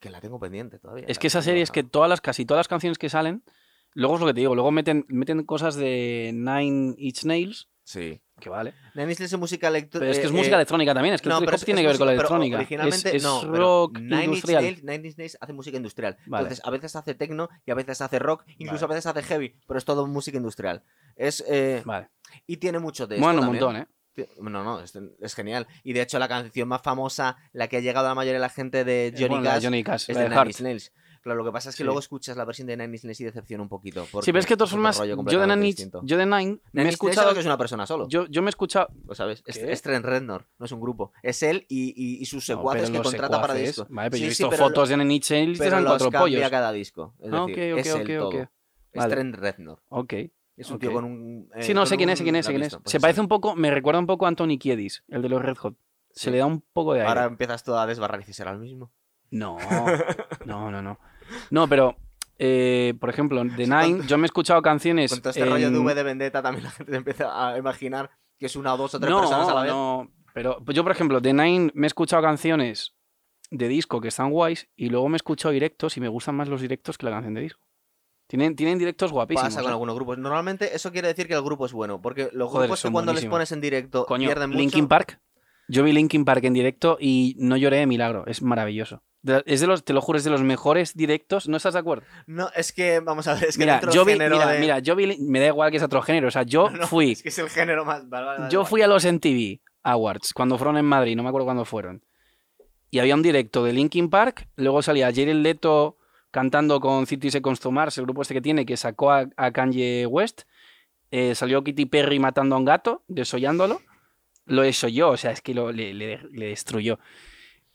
Speaker 1: Que la tengo pendiente todavía.
Speaker 2: Es
Speaker 1: la
Speaker 2: que esa
Speaker 1: tengo
Speaker 2: serie es
Speaker 1: guardada.
Speaker 2: que todas las, casi todas las canciones que salen, luego es lo que te digo, luego meten, meten cosas de Nine Inch Nails,
Speaker 1: Sí.
Speaker 2: que vale.
Speaker 1: Nine Inch Nails es música eh, electrónica.
Speaker 2: Pero es que es música electrónica también, es que el trip hop tiene que ver con la electrónica.
Speaker 1: Originalmente
Speaker 2: es, es
Speaker 1: no. pero
Speaker 2: rock
Speaker 1: Nine
Speaker 2: industrial.
Speaker 1: Inch Nails, Nine Inch Nails hace música industrial.
Speaker 2: Vale.
Speaker 1: Entonces, a veces hace techno y a veces hace rock, incluso a veces hace heavy, pero es todo música industrial. Es, eh,
Speaker 2: Vale.
Speaker 1: Y tiene mucho de esto
Speaker 2: Bueno, un
Speaker 1: también.
Speaker 2: montón, ¿eh?
Speaker 1: Ti- No, no, es, es genial. Y de hecho, la canción más famosa, la que ha llegado a la mayoría de la gente de Johnny
Speaker 2: Eh, Bueno, la de
Speaker 1: Cash,
Speaker 2: Johnny Cash,
Speaker 1: es
Speaker 2: la
Speaker 1: de
Speaker 2: de
Speaker 1: Nine
Speaker 2: Heart.
Speaker 1: Inch Nails. Claro, lo que pasa es que
Speaker 2: Sí.
Speaker 1: luego escuchas la versión de Nine Inch Nails y decepciona un poquito.
Speaker 2: Sí, pero es que de todas
Speaker 1: otro
Speaker 2: formas,
Speaker 1: rollo
Speaker 2: yo de
Speaker 1: completamente
Speaker 2: Nine, Inch-
Speaker 1: distinto.
Speaker 2: yo de Nine me he
Speaker 1: Nine Inch Nails sabe
Speaker 2: escuchado.
Speaker 1: que es una persona solo.
Speaker 2: Yo, yo me he escuchado.
Speaker 1: Lo sabes, es,
Speaker 2: ¿Qué?
Speaker 1: es Trent Reznor, no es un grupo. Es él y, y- y sus
Speaker 2: No,
Speaker 1: secuaces
Speaker 2: pero
Speaker 1: que
Speaker 2: los
Speaker 1: contrata para
Speaker 2: secuaces,
Speaker 1: disco.
Speaker 2: Vale, pero yo he
Speaker 1: Sí, sí,
Speaker 2: visto
Speaker 1: pero
Speaker 2: fotos
Speaker 1: lo-
Speaker 2: de Neniche y
Speaker 1: pero
Speaker 2: eran
Speaker 1: los
Speaker 2: cuatro
Speaker 1: cambia
Speaker 2: pollos.
Speaker 1: cada disco. Es
Speaker 2: Ah,
Speaker 1: decir,
Speaker 2: ok, ok,
Speaker 1: es él
Speaker 2: ok, ok.
Speaker 1: todo. Eh, Es
Speaker 2: Vale.
Speaker 1: Trent Reznor.
Speaker 2: Ok.
Speaker 1: Es un
Speaker 2: Ok.
Speaker 1: tío con un. eh,
Speaker 2: sí, no,
Speaker 1: con
Speaker 2: sé quién es, sé
Speaker 1: un
Speaker 2: quién es, sé quién es.
Speaker 1: lapista, pues
Speaker 2: Se
Speaker 1: sí.
Speaker 2: parece un poco, me recuerda un poco a Anthony Kiedis, el de los Red Hot.
Speaker 1: Sí.
Speaker 2: Se le da un poco de aire.
Speaker 1: Ahora empiezas tú a desbarrar y si será el mismo.
Speaker 2: No, no, no, no. No, pero, eh, por ejemplo, de Nine, yo me he escuchado canciones. em,
Speaker 1: Con todo este
Speaker 2: en-
Speaker 1: rollo de V de Vendetta también la gente se empieza a imaginar que es una, dos o tres
Speaker 2: no,
Speaker 1: personas a la vez.
Speaker 2: No, pero pues, yo, por ejemplo, de Nine me he escuchado canciones de disco que están guays y luego me he escuchado directos y me gustan más los directos que la canción de disco. Tienen, tienen directos guapísimos.
Speaker 1: Pasa con
Speaker 2: ¿eh?
Speaker 1: algunos grupos. Normalmente eso quiere decir que el grupo es bueno, porque los
Speaker 2: Joder,
Speaker 1: grupos que
Speaker 2: son
Speaker 1: cuando les
Speaker 2: buenísimos.
Speaker 1: pones en directo
Speaker 2: Coño,
Speaker 1: pierden mucho.
Speaker 2: Linkin Park. Yo vi Linkin Park en directo y no lloré de milagro. Es maravilloso. De- es de los, te lo juro, es de los mejores directos. ¿No estás de acuerdo?
Speaker 1: No, es que, vamos a ver, es que
Speaker 2: mira,
Speaker 1: dentro
Speaker 2: yo
Speaker 1: del
Speaker 2: vi,
Speaker 1: género
Speaker 2: mira,
Speaker 1: de-
Speaker 2: mira, yo vi, me da igual que es otro género. O sea, yo
Speaker 1: No, no,
Speaker 2: fui,
Speaker 1: Es que es el género más... vale, vale, vale,
Speaker 2: yo
Speaker 1: vale.
Speaker 2: fui a los MTV Awards cuando fueron en Madrid. No me acuerdo cuándo fueron. Y había un directo de Linkin Park. Luego salía Jared Leto cantando con City Seconds to Mars, el grupo este que tiene, que sacó a, a Kanye West. Eh, salió Kitty Perry matando a un gato, desollándolo. Lo desolló, o sea, es que lo, le, le- le destruyó.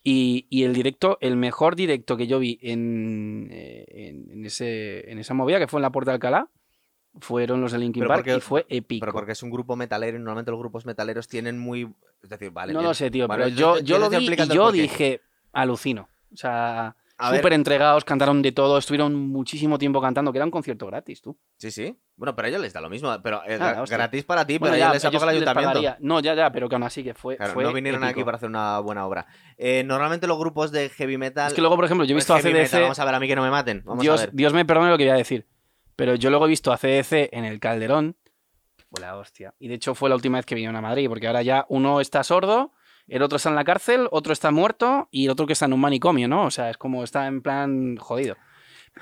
Speaker 2: Y, y el directo, el mejor directo que yo vi en, eh, en, en ese, en esa movida, que fue en la Puerta de Alcalá, fueron los de Linkin
Speaker 1: Pero
Speaker 2: Park
Speaker 1: porque-
Speaker 2: y fue épico.
Speaker 1: Pero porque es un grupo metalero y normalmente los grupos metaleros tienen muy... Es decir, vale...
Speaker 2: no
Speaker 1: bien.
Speaker 2: lo sé, tío,
Speaker 1: Vale,
Speaker 2: pero yo,
Speaker 1: te-
Speaker 2: yo lo
Speaker 1: te estoy
Speaker 2: vi y
Speaker 1: explicando el
Speaker 2: yo
Speaker 1: porqué.
Speaker 2: dije, alucino. O sea,
Speaker 1: A ver,
Speaker 2: súper entregados, cantaron de todo, estuvieron muchísimo tiempo cantando, que era un concierto gratis, tú.
Speaker 1: Sí, sí. Bueno, pero a ellos les da lo mismo. Pero es
Speaker 2: Ah, hostia.
Speaker 1: gratis para ti, pero
Speaker 2: Bueno,
Speaker 1: a ellos les ha
Speaker 2: ellos
Speaker 1: pagado el ayuntamiento.
Speaker 2: pagaría. No, ya, ya, pero que aún así que fue.
Speaker 1: Claro,
Speaker 2: fue
Speaker 1: no vinieron
Speaker 2: épico.
Speaker 1: aquí para hacer una buena obra. Eh, normalmente los grupos de heavy metal.
Speaker 2: Es que luego, por ejemplo, yo he
Speaker 1: pues
Speaker 2: visto a
Speaker 1: heavy metal,
Speaker 2: CDC.
Speaker 1: Vamos a ver, a mí que no me maten. Vamos a
Speaker 2: Dios,
Speaker 1: ver.
Speaker 2: Dios me perdone lo que voy a decir. Pero yo luego he visto a CDC en el Calderón. Fue la hostia. Y de hecho fue la última vez que vinieron a Madrid, porque ahora ya uno está sordo, el otro está en la cárcel, otro está muerto y el otro que está en un manicomio, ¿no? O sea, es como está en plan jodido.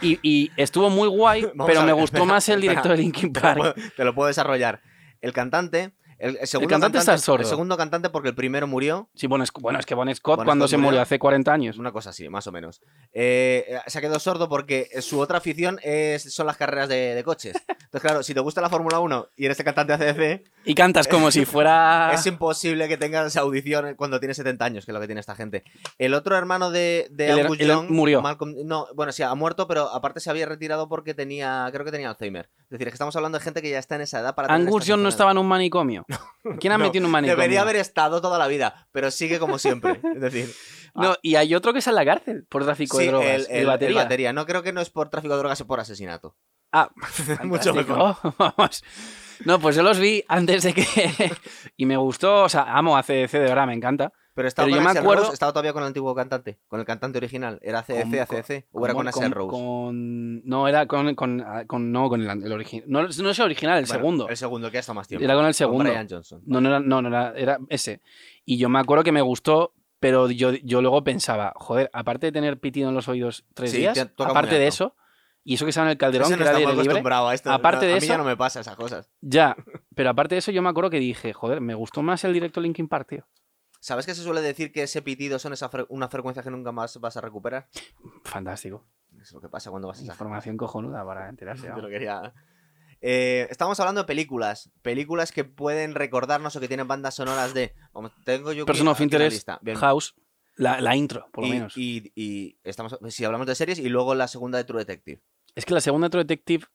Speaker 2: Y, y estuvo muy guay,
Speaker 1: Vamos
Speaker 2: pero
Speaker 1: a
Speaker 2: me
Speaker 1: ver,
Speaker 2: gustó
Speaker 1: espera,
Speaker 2: más el directo
Speaker 1: espera,
Speaker 2: de Linkin
Speaker 1: Te lo,
Speaker 2: Park.
Speaker 1: puedo, te lo puedo desarrollar. El cantante. El, el segundo
Speaker 2: cantante está sordo.
Speaker 1: El segundo cantante, porque el primero murió.
Speaker 2: Sí, bueno, es, bueno, es que Bon Scott
Speaker 1: Bon
Speaker 2: cuando
Speaker 1: Scott
Speaker 2: se murió
Speaker 1: murió.
Speaker 2: hace 40 años.
Speaker 1: Una cosa así, más o menos. Eh, se ha quedado sordo porque su otra afición es, son las carreras de, de coches. Entonces, claro, si te gusta la Fórmula 1 y eres el cantante de ACDC,
Speaker 2: Y cantas como si fuera...
Speaker 1: es imposible que tengas audición cuando tienes 70 años, que es lo que tiene esta gente. El otro hermano de, de
Speaker 2: El her-
Speaker 1: Angus
Speaker 2: el her-
Speaker 1: Young,
Speaker 2: murió.
Speaker 1: Malcolm- no, bueno, sí, ha muerto, pero aparte se había retirado porque tenía, creo que tenía Alzheimer. Es decir, que estamos hablando de gente que ya está en esa edad para... tener
Speaker 2: Angus
Speaker 1: estas
Speaker 2: Young no
Speaker 1: enfermedades.
Speaker 2: estaba en un manicomio. ¿Quién ha
Speaker 1: No,
Speaker 2: metido en un manicomio?
Speaker 1: Debería haber estado toda la vida, pero sigue como siempre. Es decir,
Speaker 2: No, y hay otro que está en la cárcel por tráfico
Speaker 1: Ah. sí,
Speaker 2: de drogas.
Speaker 1: el,
Speaker 2: de
Speaker 1: el- el
Speaker 2: batería.
Speaker 1: batería. No creo que no es por tráfico de drogas, es por asesinato.
Speaker 2: Ah,
Speaker 1: Mucho
Speaker 2: fantástico.
Speaker 1: mejor.
Speaker 2: Vamos. No, pues yo los vi antes de que. y me gustó, o sea, amo a CDC, de verdad, me encanta.
Speaker 1: Pero estaba,
Speaker 2: Pero
Speaker 1: con
Speaker 2: yo me
Speaker 1: Axl
Speaker 2: acuerdo-
Speaker 1: Rose, estaba todavía con el antiguo cantante, con el cantante original. Era
Speaker 2: Con-
Speaker 1: CDC, ACC, o era con
Speaker 2: Como-
Speaker 1: Axel Rose.
Speaker 2: con- no, era con. con- ah, con- no, con el, el original. No, no es el original, el
Speaker 1: Bueno,
Speaker 2: segundo.
Speaker 1: El segundo, que ha estado más tiempo.
Speaker 2: Era con el
Speaker 1: Con
Speaker 2: segundo.
Speaker 1: Brian Johnson.
Speaker 2: No, no era, no, no era, era ese. Y yo me acuerdo que me gustó, pero yo, yo luego pensaba, joder, aparte de tener pitido en los oídos tres
Speaker 1: Sí,
Speaker 2: días,
Speaker 1: te toca muy
Speaker 2: aparte de
Speaker 1: alto.
Speaker 2: eso, y eso que estaba en el calderón,
Speaker 1: Ese no
Speaker 2: que era
Speaker 1: está
Speaker 2: de
Speaker 1: muy
Speaker 2: aire libre,
Speaker 1: acostumbrado a esto.
Speaker 2: Aparte
Speaker 1: no,
Speaker 2: de
Speaker 1: a mí
Speaker 2: eso-
Speaker 1: ya no me pasa esas cosas.
Speaker 2: ya, pero aparte de eso yo me acuerdo que dije, joder, me gustó más el directo Linkin Park, tío.
Speaker 1: ¿Sabes que se suele decir que ese pitido son esa fre- una frecuencia que nunca más vas a recuperar?
Speaker 2: Fantástico.
Speaker 1: Es lo que pasa cuando vas a esa
Speaker 2: Información cojonuda para enterarse.
Speaker 1: Te
Speaker 2: vamos.
Speaker 1: lo quería- Eh, estamos hablando de películas. Películas que pueden recordarnos o que tienen bandas sonoras de. Vamos, Tengo yo
Speaker 2: Person of
Speaker 1: aquí una
Speaker 2: Interest,
Speaker 1: lista. Bien.
Speaker 2: House, la, la intro, por lo
Speaker 1: y,
Speaker 2: menos.
Speaker 1: y- y estamos, si hablamos de series, y luego la segunda de True Detective.
Speaker 2: Es que la segunda True Detective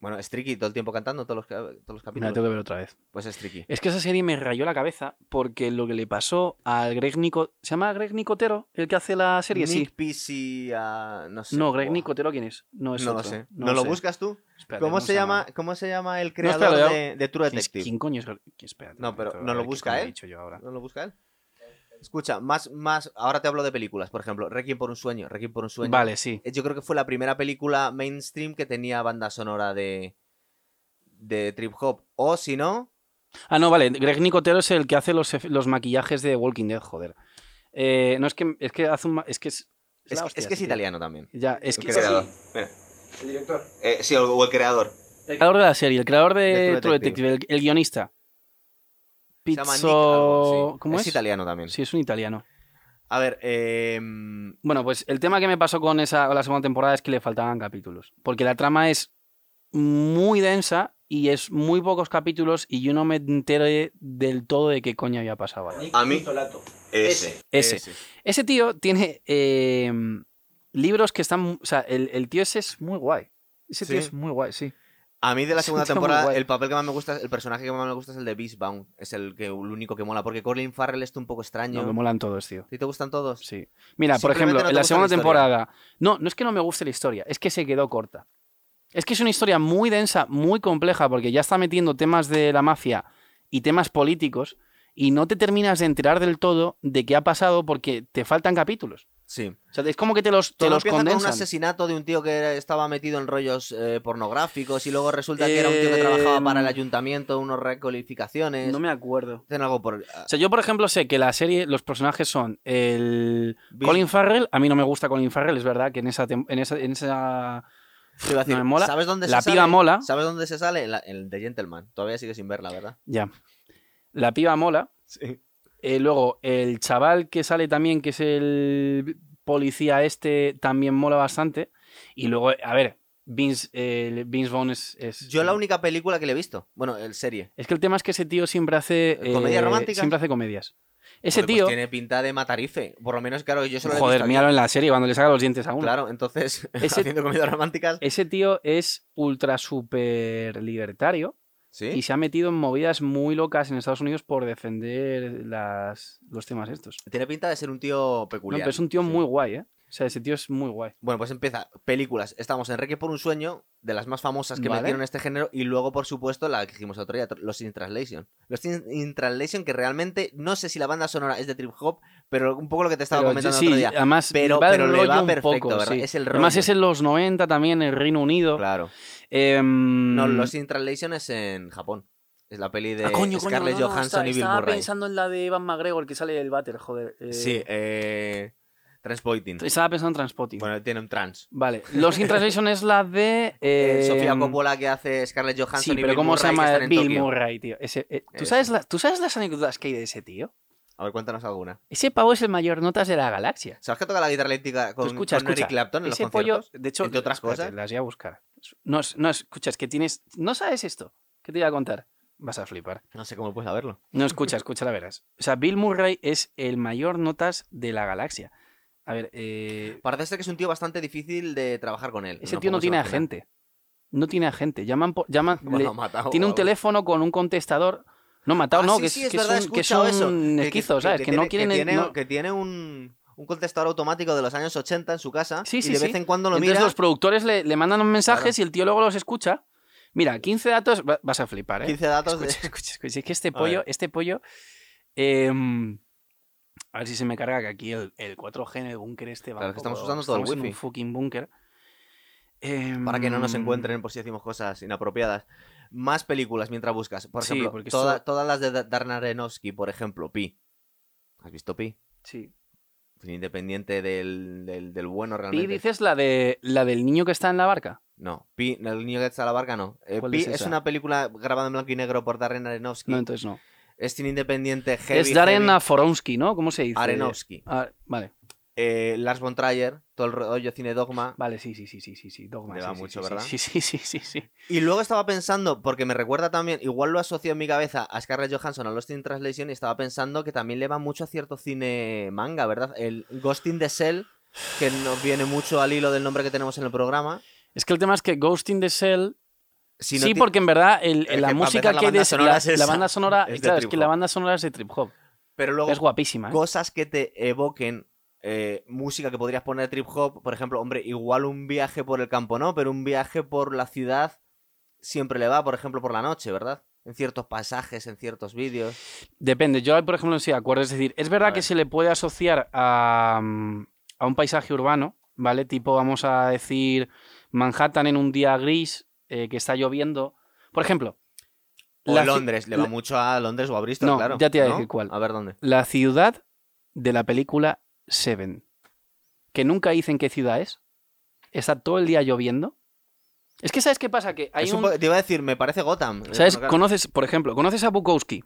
Speaker 1: Bueno, es Tricky todo el tiempo cantando, todos los, ca- todos los
Speaker 2: me la
Speaker 1: capítulos.
Speaker 2: tengo que ver otra vez.
Speaker 1: Pues es Tricky.
Speaker 2: Es que esa serie me rayó la cabeza porque lo que le pasó al Greg Nico... ¿Se llama Greg Nicotero el que hace la serie? sí.
Speaker 1: Nick Pizzi, ah, no sé.
Speaker 2: No, Greg
Speaker 1: Buah,
Speaker 2: Nicotero, ¿quién es? No es
Speaker 1: No lo
Speaker 2: otro.
Speaker 1: sé. ¿No, lo
Speaker 2: sé.
Speaker 1: buscas tú?
Speaker 2: Espérate,
Speaker 1: ¿Cómo, se llama, ¿Cómo se llama el
Speaker 2: espera,
Speaker 1: creador
Speaker 2: lo-
Speaker 1: de, de True
Speaker 2: ¿Quién es-
Speaker 1: Detective?
Speaker 2: ¿Quién coño es Greg? Espérate, un
Speaker 1: No, pero
Speaker 2: momento,
Speaker 1: no
Speaker 2: a
Speaker 1: lo
Speaker 2: ver qué
Speaker 1: busca,
Speaker 2: coño he
Speaker 1: ¿eh?
Speaker 2: dicho yo ahora.
Speaker 1: ¿No lo busca él? Escucha, más, más. Ahora te hablo de películas. Por ejemplo, Requiem por un sueño. Requiem por un sueño.
Speaker 2: Vale, sí.
Speaker 1: Eh, Yo creo que fue la primera película mainstream que tenía banda sonora de. de trip hop. O si no.
Speaker 2: Ah, no, vale. Greg Nicotero es el que hace los, efe- los maquillajes de Walking Dead, joder. Eh, no, es que, es que hace un... ma- Es que es...
Speaker 1: Es,
Speaker 2: la
Speaker 1: es
Speaker 2: hostia
Speaker 1: que es
Speaker 2: ese tío.
Speaker 1: italiano también.
Speaker 2: Ya, es que...
Speaker 3: El director.
Speaker 1: Eh, sí, o el creador.
Speaker 2: El creador de la serie, el creador de,
Speaker 1: De True
Speaker 2: True Detective, el, el guionista.
Speaker 1: Se llama Nick
Speaker 2: Pizzo...
Speaker 1: algo, sí.
Speaker 2: ¿Cómo es?
Speaker 1: Es italiano también.
Speaker 2: Sí, es un italiano.
Speaker 1: A ver, em,
Speaker 2: Bueno, pues el tema que me pasó con esa con la segunda temporada es que le faltaban capítulos. Porque la trama es muy densa y es muy pocos capítulos y yo no me enteré del todo de qué coño había pasado. ahí.
Speaker 3: Nick
Speaker 1: A mí-
Speaker 3: Pizzolato.
Speaker 1: Ese.
Speaker 2: Ese. Ese tío tiene eh, libros que están... O sea, el, el tío ese es muy guay. Ese tío
Speaker 1: Sí.
Speaker 2: es muy guay, sí.
Speaker 1: A mí de la
Speaker 2: Sí,
Speaker 1: segunda
Speaker 2: está muy
Speaker 1: temporada,
Speaker 2: guay.
Speaker 1: el papel que más me gusta, el personaje que más me gusta es el de Beastbound. Es el, que, el único que mola, porque Colin Farrell está un poco extraño.
Speaker 2: No, me molan todos, tío.
Speaker 1: ¿A ti te gustan todos?
Speaker 2: Sí. Mira, por
Speaker 1: Simplemente
Speaker 2: ejemplo,
Speaker 1: no te
Speaker 2: en la
Speaker 1: gusta
Speaker 2: segunda
Speaker 1: la historia.
Speaker 2: temporada. No, no es que no me guste la historia, es que se quedó corta. Es que es una historia muy densa, muy compleja, porque ya está metiendo temas de la mafia y temas políticos, y no te terminas de enterar del todo de qué ha pasado porque te faltan capítulos.
Speaker 1: Sí.
Speaker 2: O sea, es como que te los, te
Speaker 1: Todo
Speaker 2: los
Speaker 1: empieza con un
Speaker 2: condensan.
Speaker 1: asesinato de un tío que estaba metido en rollos eh, pornográficos y luego resulta que era un tío que trabajaba para el
Speaker 2: Em,
Speaker 1: ayuntamiento, unas recalificaciones.
Speaker 2: No me acuerdo.
Speaker 1: Hacen algo por. ah,
Speaker 2: O sea, yo, por ejemplo, sé que la serie, los personajes son el.
Speaker 1: Bill-
Speaker 2: Colin Farrell, a mí no me gusta Colin Farrell, es verdad que en esa. tem- En esa, en esa...
Speaker 1: te iba a decir,
Speaker 2: no me mola.
Speaker 1: ¿Sabes dónde
Speaker 2: La
Speaker 1: se
Speaker 2: piba
Speaker 1: sale?
Speaker 2: mola.
Speaker 1: ¿Sabes dónde se sale? En, la- en The Gentleman. Todavía sigue sin verla, ¿verdad?
Speaker 2: Ya. La piba mola.
Speaker 1: Sí.
Speaker 2: Eh, luego, el chaval que sale también, que es el policía este, también mola bastante. Y luego, a ver, Vince, el Vince Vaughn es, es-
Speaker 1: Yo la única película que le he visto. Bueno, el serie.
Speaker 2: Es que el tema es que ese tío siempre hace. eh,
Speaker 1: ¿Comedia romántica?
Speaker 2: Siempre hace comedias. Ese
Speaker 1: Joder, pues
Speaker 2: tío.
Speaker 1: tiene pinta de matarife. Por lo menos, claro, yo solo
Speaker 2: Joder,
Speaker 1: le he visto aquí.
Speaker 2: míralo en la serie cuando le saca los dientes a uno.
Speaker 1: Claro, entonces,
Speaker 2: Ese- Eh,
Speaker 1: haciendo comidas románticas.
Speaker 2: Ese tío es ultra super libertario y
Speaker 1: Sí.
Speaker 2: se ha metido en movidas muy locas en Estados Unidos por defender las, los temas estos.
Speaker 1: Tiene pinta de ser un tío
Speaker 2: No,
Speaker 1: peculiar.
Speaker 2: pero es un tío
Speaker 1: Sí.
Speaker 2: muy guay, ¿eh? O sea, ese tío es muy guay.
Speaker 1: Bueno, pues empieza. Películas. Estamos en Requiem por un sueño, de las más famosas que
Speaker 2: Vale.
Speaker 1: metieron en este género, y luego, por supuesto, la que dijimos el otro día, los In Translation. Los In, In Translation, que realmente, no sé si la banda sonora es de Trip Hop, pero un poco lo que te estaba
Speaker 2: Pero
Speaker 1: comentando
Speaker 2: sí,
Speaker 1: el otro día.
Speaker 2: Además,
Speaker 1: Pero-
Speaker 2: el
Speaker 1: pero le
Speaker 2: rollo
Speaker 1: va
Speaker 2: un
Speaker 1: perfecto,
Speaker 2: poco,
Speaker 1: ¿verdad?
Speaker 2: sí.
Speaker 1: Es el
Speaker 2: Además,
Speaker 1: rollo.
Speaker 2: es en los 90 también, en Reino Unido.
Speaker 1: Claro.
Speaker 2: Em,
Speaker 1: No, los In Translation es en Japón. Es la peli de
Speaker 2: Ah, coño, coño,
Speaker 1: Scarlett
Speaker 2: no, no, no,
Speaker 1: Johansson
Speaker 2: está-
Speaker 1: y Bill
Speaker 2: estaba
Speaker 1: Murray.
Speaker 2: pensando en la de Van McGregor que sale del váter, joder. eh,
Speaker 1: Sí, eh. Transporting.
Speaker 2: Estaba pensando en Transpotting.
Speaker 1: Bueno, tiene un trans.
Speaker 2: Vale, Los in Translation es la de.
Speaker 1: Eh,
Speaker 2: eh,
Speaker 1: Sofía Coppola que hace Scarlett Johansson
Speaker 2: Sí,
Speaker 1: y
Speaker 2: pero
Speaker 1: Bill
Speaker 2: ¿cómo se
Speaker 1: Murray, que
Speaker 2: llama?
Speaker 1: están en
Speaker 2: Bill
Speaker 1: Tokio.
Speaker 2: Murray, tío. Ese, eh, ¿tú,
Speaker 1: Eso.
Speaker 2: sabes la- ¿Tú sabes las anécdotas que hay de ese tío?
Speaker 1: A ver, cuéntanos alguna.
Speaker 2: Ese pavo es el mayor notas de la galaxia.
Speaker 1: ¿Sabes que toca la guitarra eléctrica
Speaker 2: Tú
Speaker 1: con,
Speaker 2: escucha,
Speaker 1: con Eric
Speaker 2: escucha.
Speaker 1: Clapton en los
Speaker 2: Ese
Speaker 1: conciertos?
Speaker 2: pollo, de hecho,
Speaker 1: entre otras
Speaker 2: espérate,
Speaker 1: cosas.
Speaker 2: las voy a buscar. No, es- no, escuchas, que tienes. No sabes esto. ¿Qué te iba a contar? Vas a flipar.
Speaker 1: No sé cómo puedes saberlo.
Speaker 2: No, escucha, escucha, la verás. O sea, Bill Murray es el mayor notas de la galaxia. A ver, eh,
Speaker 1: Parece ser que es un tío bastante difícil de trabajar con él.
Speaker 2: ese tío no tiene agente. No tiene agente. Llaman, por- llaman, le-
Speaker 1: Oh,
Speaker 2: tiene un teléfono con un contestador. No,
Speaker 1: Ah,
Speaker 2: matado, no, que, es- que es un, que es un esquizo, ¿sabes? Que, no quieren.
Speaker 1: Que tiene,
Speaker 2: no-
Speaker 1: que tiene un, un contestador automático de los años 80 en su casa.
Speaker 2: Sí,
Speaker 1: y
Speaker 2: sí,
Speaker 1: de
Speaker 2: sí.
Speaker 1: vez en cuando lo
Speaker 2: Entonces
Speaker 1: mira.
Speaker 2: los productores le, le mandan unos mensajes
Speaker 1: Claro.
Speaker 2: y el tío luego los escucha. Mira, 15 datos. va- Vas a flipar, ¿eh?
Speaker 1: 15 datos
Speaker 2: Escucha,
Speaker 1: de.
Speaker 2: escucha, escucha. Es que este
Speaker 1: ver.
Speaker 2: pollo, este pollo. em, a ver si se me carga que aquí el, el 4G en el búnker este va.
Speaker 1: Claro,
Speaker 2: un
Speaker 1: que estamos
Speaker 2: poco-
Speaker 1: usando todo el
Speaker 2: estamos en
Speaker 1: wifi.
Speaker 2: un fucking búnker. Em,
Speaker 1: Para que no nos encuentren por si decimos cosas inapropiadas. Más películas mientras buscas. Por
Speaker 2: Sí,
Speaker 1: ejemplo,
Speaker 2: porque esto-
Speaker 1: toda- todas las de Da- Darren Aronofsky, por ejemplo, Pi. ¿Has visto Pi? Pues
Speaker 2: Sí.
Speaker 1: Independiente del, del, del bueno realmente.
Speaker 2: Y dices la, de, la del niño que está en la barca.
Speaker 1: No, Pi, no, el niño que está a la barca no. Eh,
Speaker 2: ¿Cuál
Speaker 1: Pi
Speaker 2: es
Speaker 1: es,
Speaker 2: esa?
Speaker 1: una película grabada en blanco y negro por Darren Aronofsky.
Speaker 2: No, entonces no.
Speaker 1: Es cine independiente heavy.
Speaker 2: es Darren
Speaker 1: heavy.
Speaker 2: Aforonsky, ¿no? ¿Cómo se dice?
Speaker 1: Aronofsky.
Speaker 2: Ah, vale,
Speaker 1: Eh, Lars von Trier, todo el rollo cine dogma.
Speaker 2: vale, sí, sí, sí, sí, sí, sí. Dogma.
Speaker 1: Le
Speaker 2: sí,
Speaker 1: va
Speaker 2: sí,
Speaker 1: mucho,
Speaker 2: sí, sí,
Speaker 1: ¿verdad?
Speaker 2: Sí, sí, sí, sí, sí.
Speaker 1: Y luego estaba pensando, porque me recuerda también, igual lo asocio en mi cabeza a Scarlett Johansson, a Lost in Translation, y estaba pensando que también le va mucho a cierto cine manga, ¿verdad? El Ghost in the Shell, que nos viene mucho al hilo del nombre que tenemos en el programa.
Speaker 2: Es que el tema es que Ghost in the Shell.
Speaker 1: Si no
Speaker 2: sí,
Speaker 1: ti-
Speaker 2: porque en verdad el-
Speaker 1: Es que
Speaker 2: la
Speaker 1: para
Speaker 2: música
Speaker 1: empezar, la
Speaker 2: que hay de
Speaker 1: banda
Speaker 2: ese-
Speaker 1: sonora
Speaker 2: la,
Speaker 1: es esa.
Speaker 2: la banda sonora.
Speaker 1: Es de
Speaker 2: claro, es
Speaker 1: trip
Speaker 2: que la
Speaker 1: hop.
Speaker 2: banda sonora es de trip hop.
Speaker 1: Pero luego
Speaker 2: Es guapísima. ¿eh?
Speaker 1: cosas que te evoquen eh, música que podrías poner trip hop, por ejemplo, hombre, igual un viaje por el campo no, pero un viaje por la ciudad siempre le va, por ejemplo, por la noche, ¿verdad? En ciertos pasajes, en ciertos vídeos.
Speaker 2: Depende. Yo, por ejemplo, sí de acuerdo. Es decir, es verdad
Speaker 1: A
Speaker 2: que
Speaker 1: ver.
Speaker 2: se le puede asociar a, mm, a un paisaje urbano, ¿vale? Tipo, vamos a decir, Manhattan en un día gris, eh, que está lloviendo. Por ejemplo.
Speaker 1: O
Speaker 2: la ci-
Speaker 1: Londres, le va
Speaker 2: la-
Speaker 1: mucho a Londres o a Bristol,
Speaker 2: No,
Speaker 1: claro.
Speaker 2: ya te iba a
Speaker 1: ¿no?
Speaker 2: decir cuál.
Speaker 1: A ver dónde.
Speaker 2: la ciudad de la película Seven. Que nunca dicen qué ciudad es. Está todo el día lloviendo. Es que, ¿sabes qué pasa? Que hay
Speaker 1: Es
Speaker 2: un.
Speaker 1: un po- Te iba a decir, me parece Gotham.
Speaker 2: ¿Sabes?
Speaker 1: Claro.
Speaker 2: Conoces, por ejemplo, conoces a Bukowski.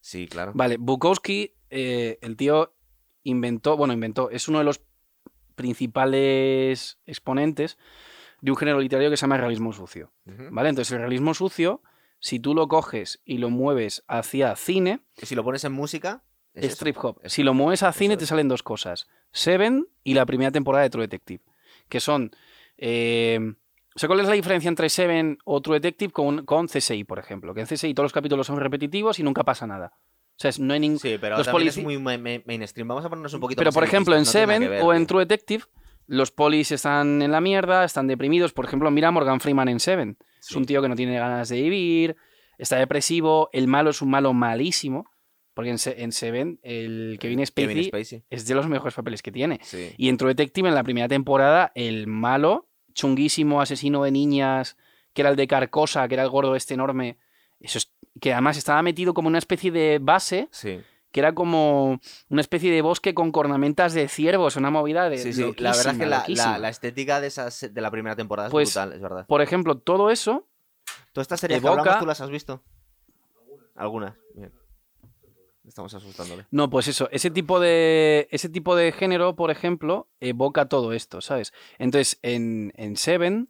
Speaker 1: Sí, claro.
Speaker 2: Vale, Bukowski, eh, el tío inventó, bueno, inventó, es uno de los principales exponentes de un género literario que se llama realismo sucio.
Speaker 1: Ujú.
Speaker 2: ¿Vale? Entonces, el realismo sucio, si tú lo coges y lo mueves hacia cine,
Speaker 1: Si lo pones en música. es
Speaker 2: es
Speaker 1: eso.
Speaker 2: trip hop.
Speaker 1: eso
Speaker 2: si lo mueves a
Speaker 1: eso
Speaker 2: cine,
Speaker 1: es.
Speaker 2: te salen dos cosas: Seven y la primera temporada de True Detective. Que son. eh, o sea, ¿cuál es la diferencia entre Seven o True Detective con, con CSI, por ejemplo? Que en CSI todos los capítulos son repetitivos y nunca pasa nada. O sea, es- no hay ningún.
Speaker 1: Sí, pero
Speaker 2: Los
Speaker 1: también es
Speaker 2: polici-
Speaker 1: muy ma- ma- mainstream. Vamos a ponernos un poquito
Speaker 2: Pero,
Speaker 1: más
Speaker 2: por ejemplo, en
Speaker 1: elitistas, no
Speaker 2: Seven
Speaker 1: tiene nada que
Speaker 2: o
Speaker 1: ver,
Speaker 2: en
Speaker 1: tío.
Speaker 2: True Detective, los polis están en la mierda, están deprimidos. Por ejemplo, mira a Morgan Freeman en Seven. Es
Speaker 1: Sí.
Speaker 2: un tío que no tiene ganas de vivir, está depresivo, el malo es un malo malísimo. Porque en, Se- en Seven, el Kevin Spacey,
Speaker 1: Kevin Spacey.
Speaker 2: es de los mejores papeles que tiene.
Speaker 1: Sí.
Speaker 2: Y en True Detective, en la primera temporada, el malo, chunguísimo asesino de niñas, que era el de Carcosa, que era el gordo este enorme, eso es- que además estaba metido como en una especie de base,
Speaker 1: Sí,
Speaker 2: que era como una especie de bosque con cornamentas de ciervos, una movida de...
Speaker 1: sí, sí. La verdad es que
Speaker 2: Eh, loquísima,
Speaker 1: la, la,
Speaker 2: loquísima.
Speaker 1: la estética de, esas, de la primera temporada es
Speaker 2: Pues-
Speaker 1: brutal, es verdad.
Speaker 2: Por ejemplo, todo eso,
Speaker 1: ¿Tú estas series que
Speaker 2: evoca-
Speaker 1: hablamos, tú las has visto? Algunas. Bien. Estamos asustándole.
Speaker 2: no, pues eso, ese tipo de, ese tipo de género, por ejemplo, evoca todo esto, ¿sabes? Entonces, en, en Seven,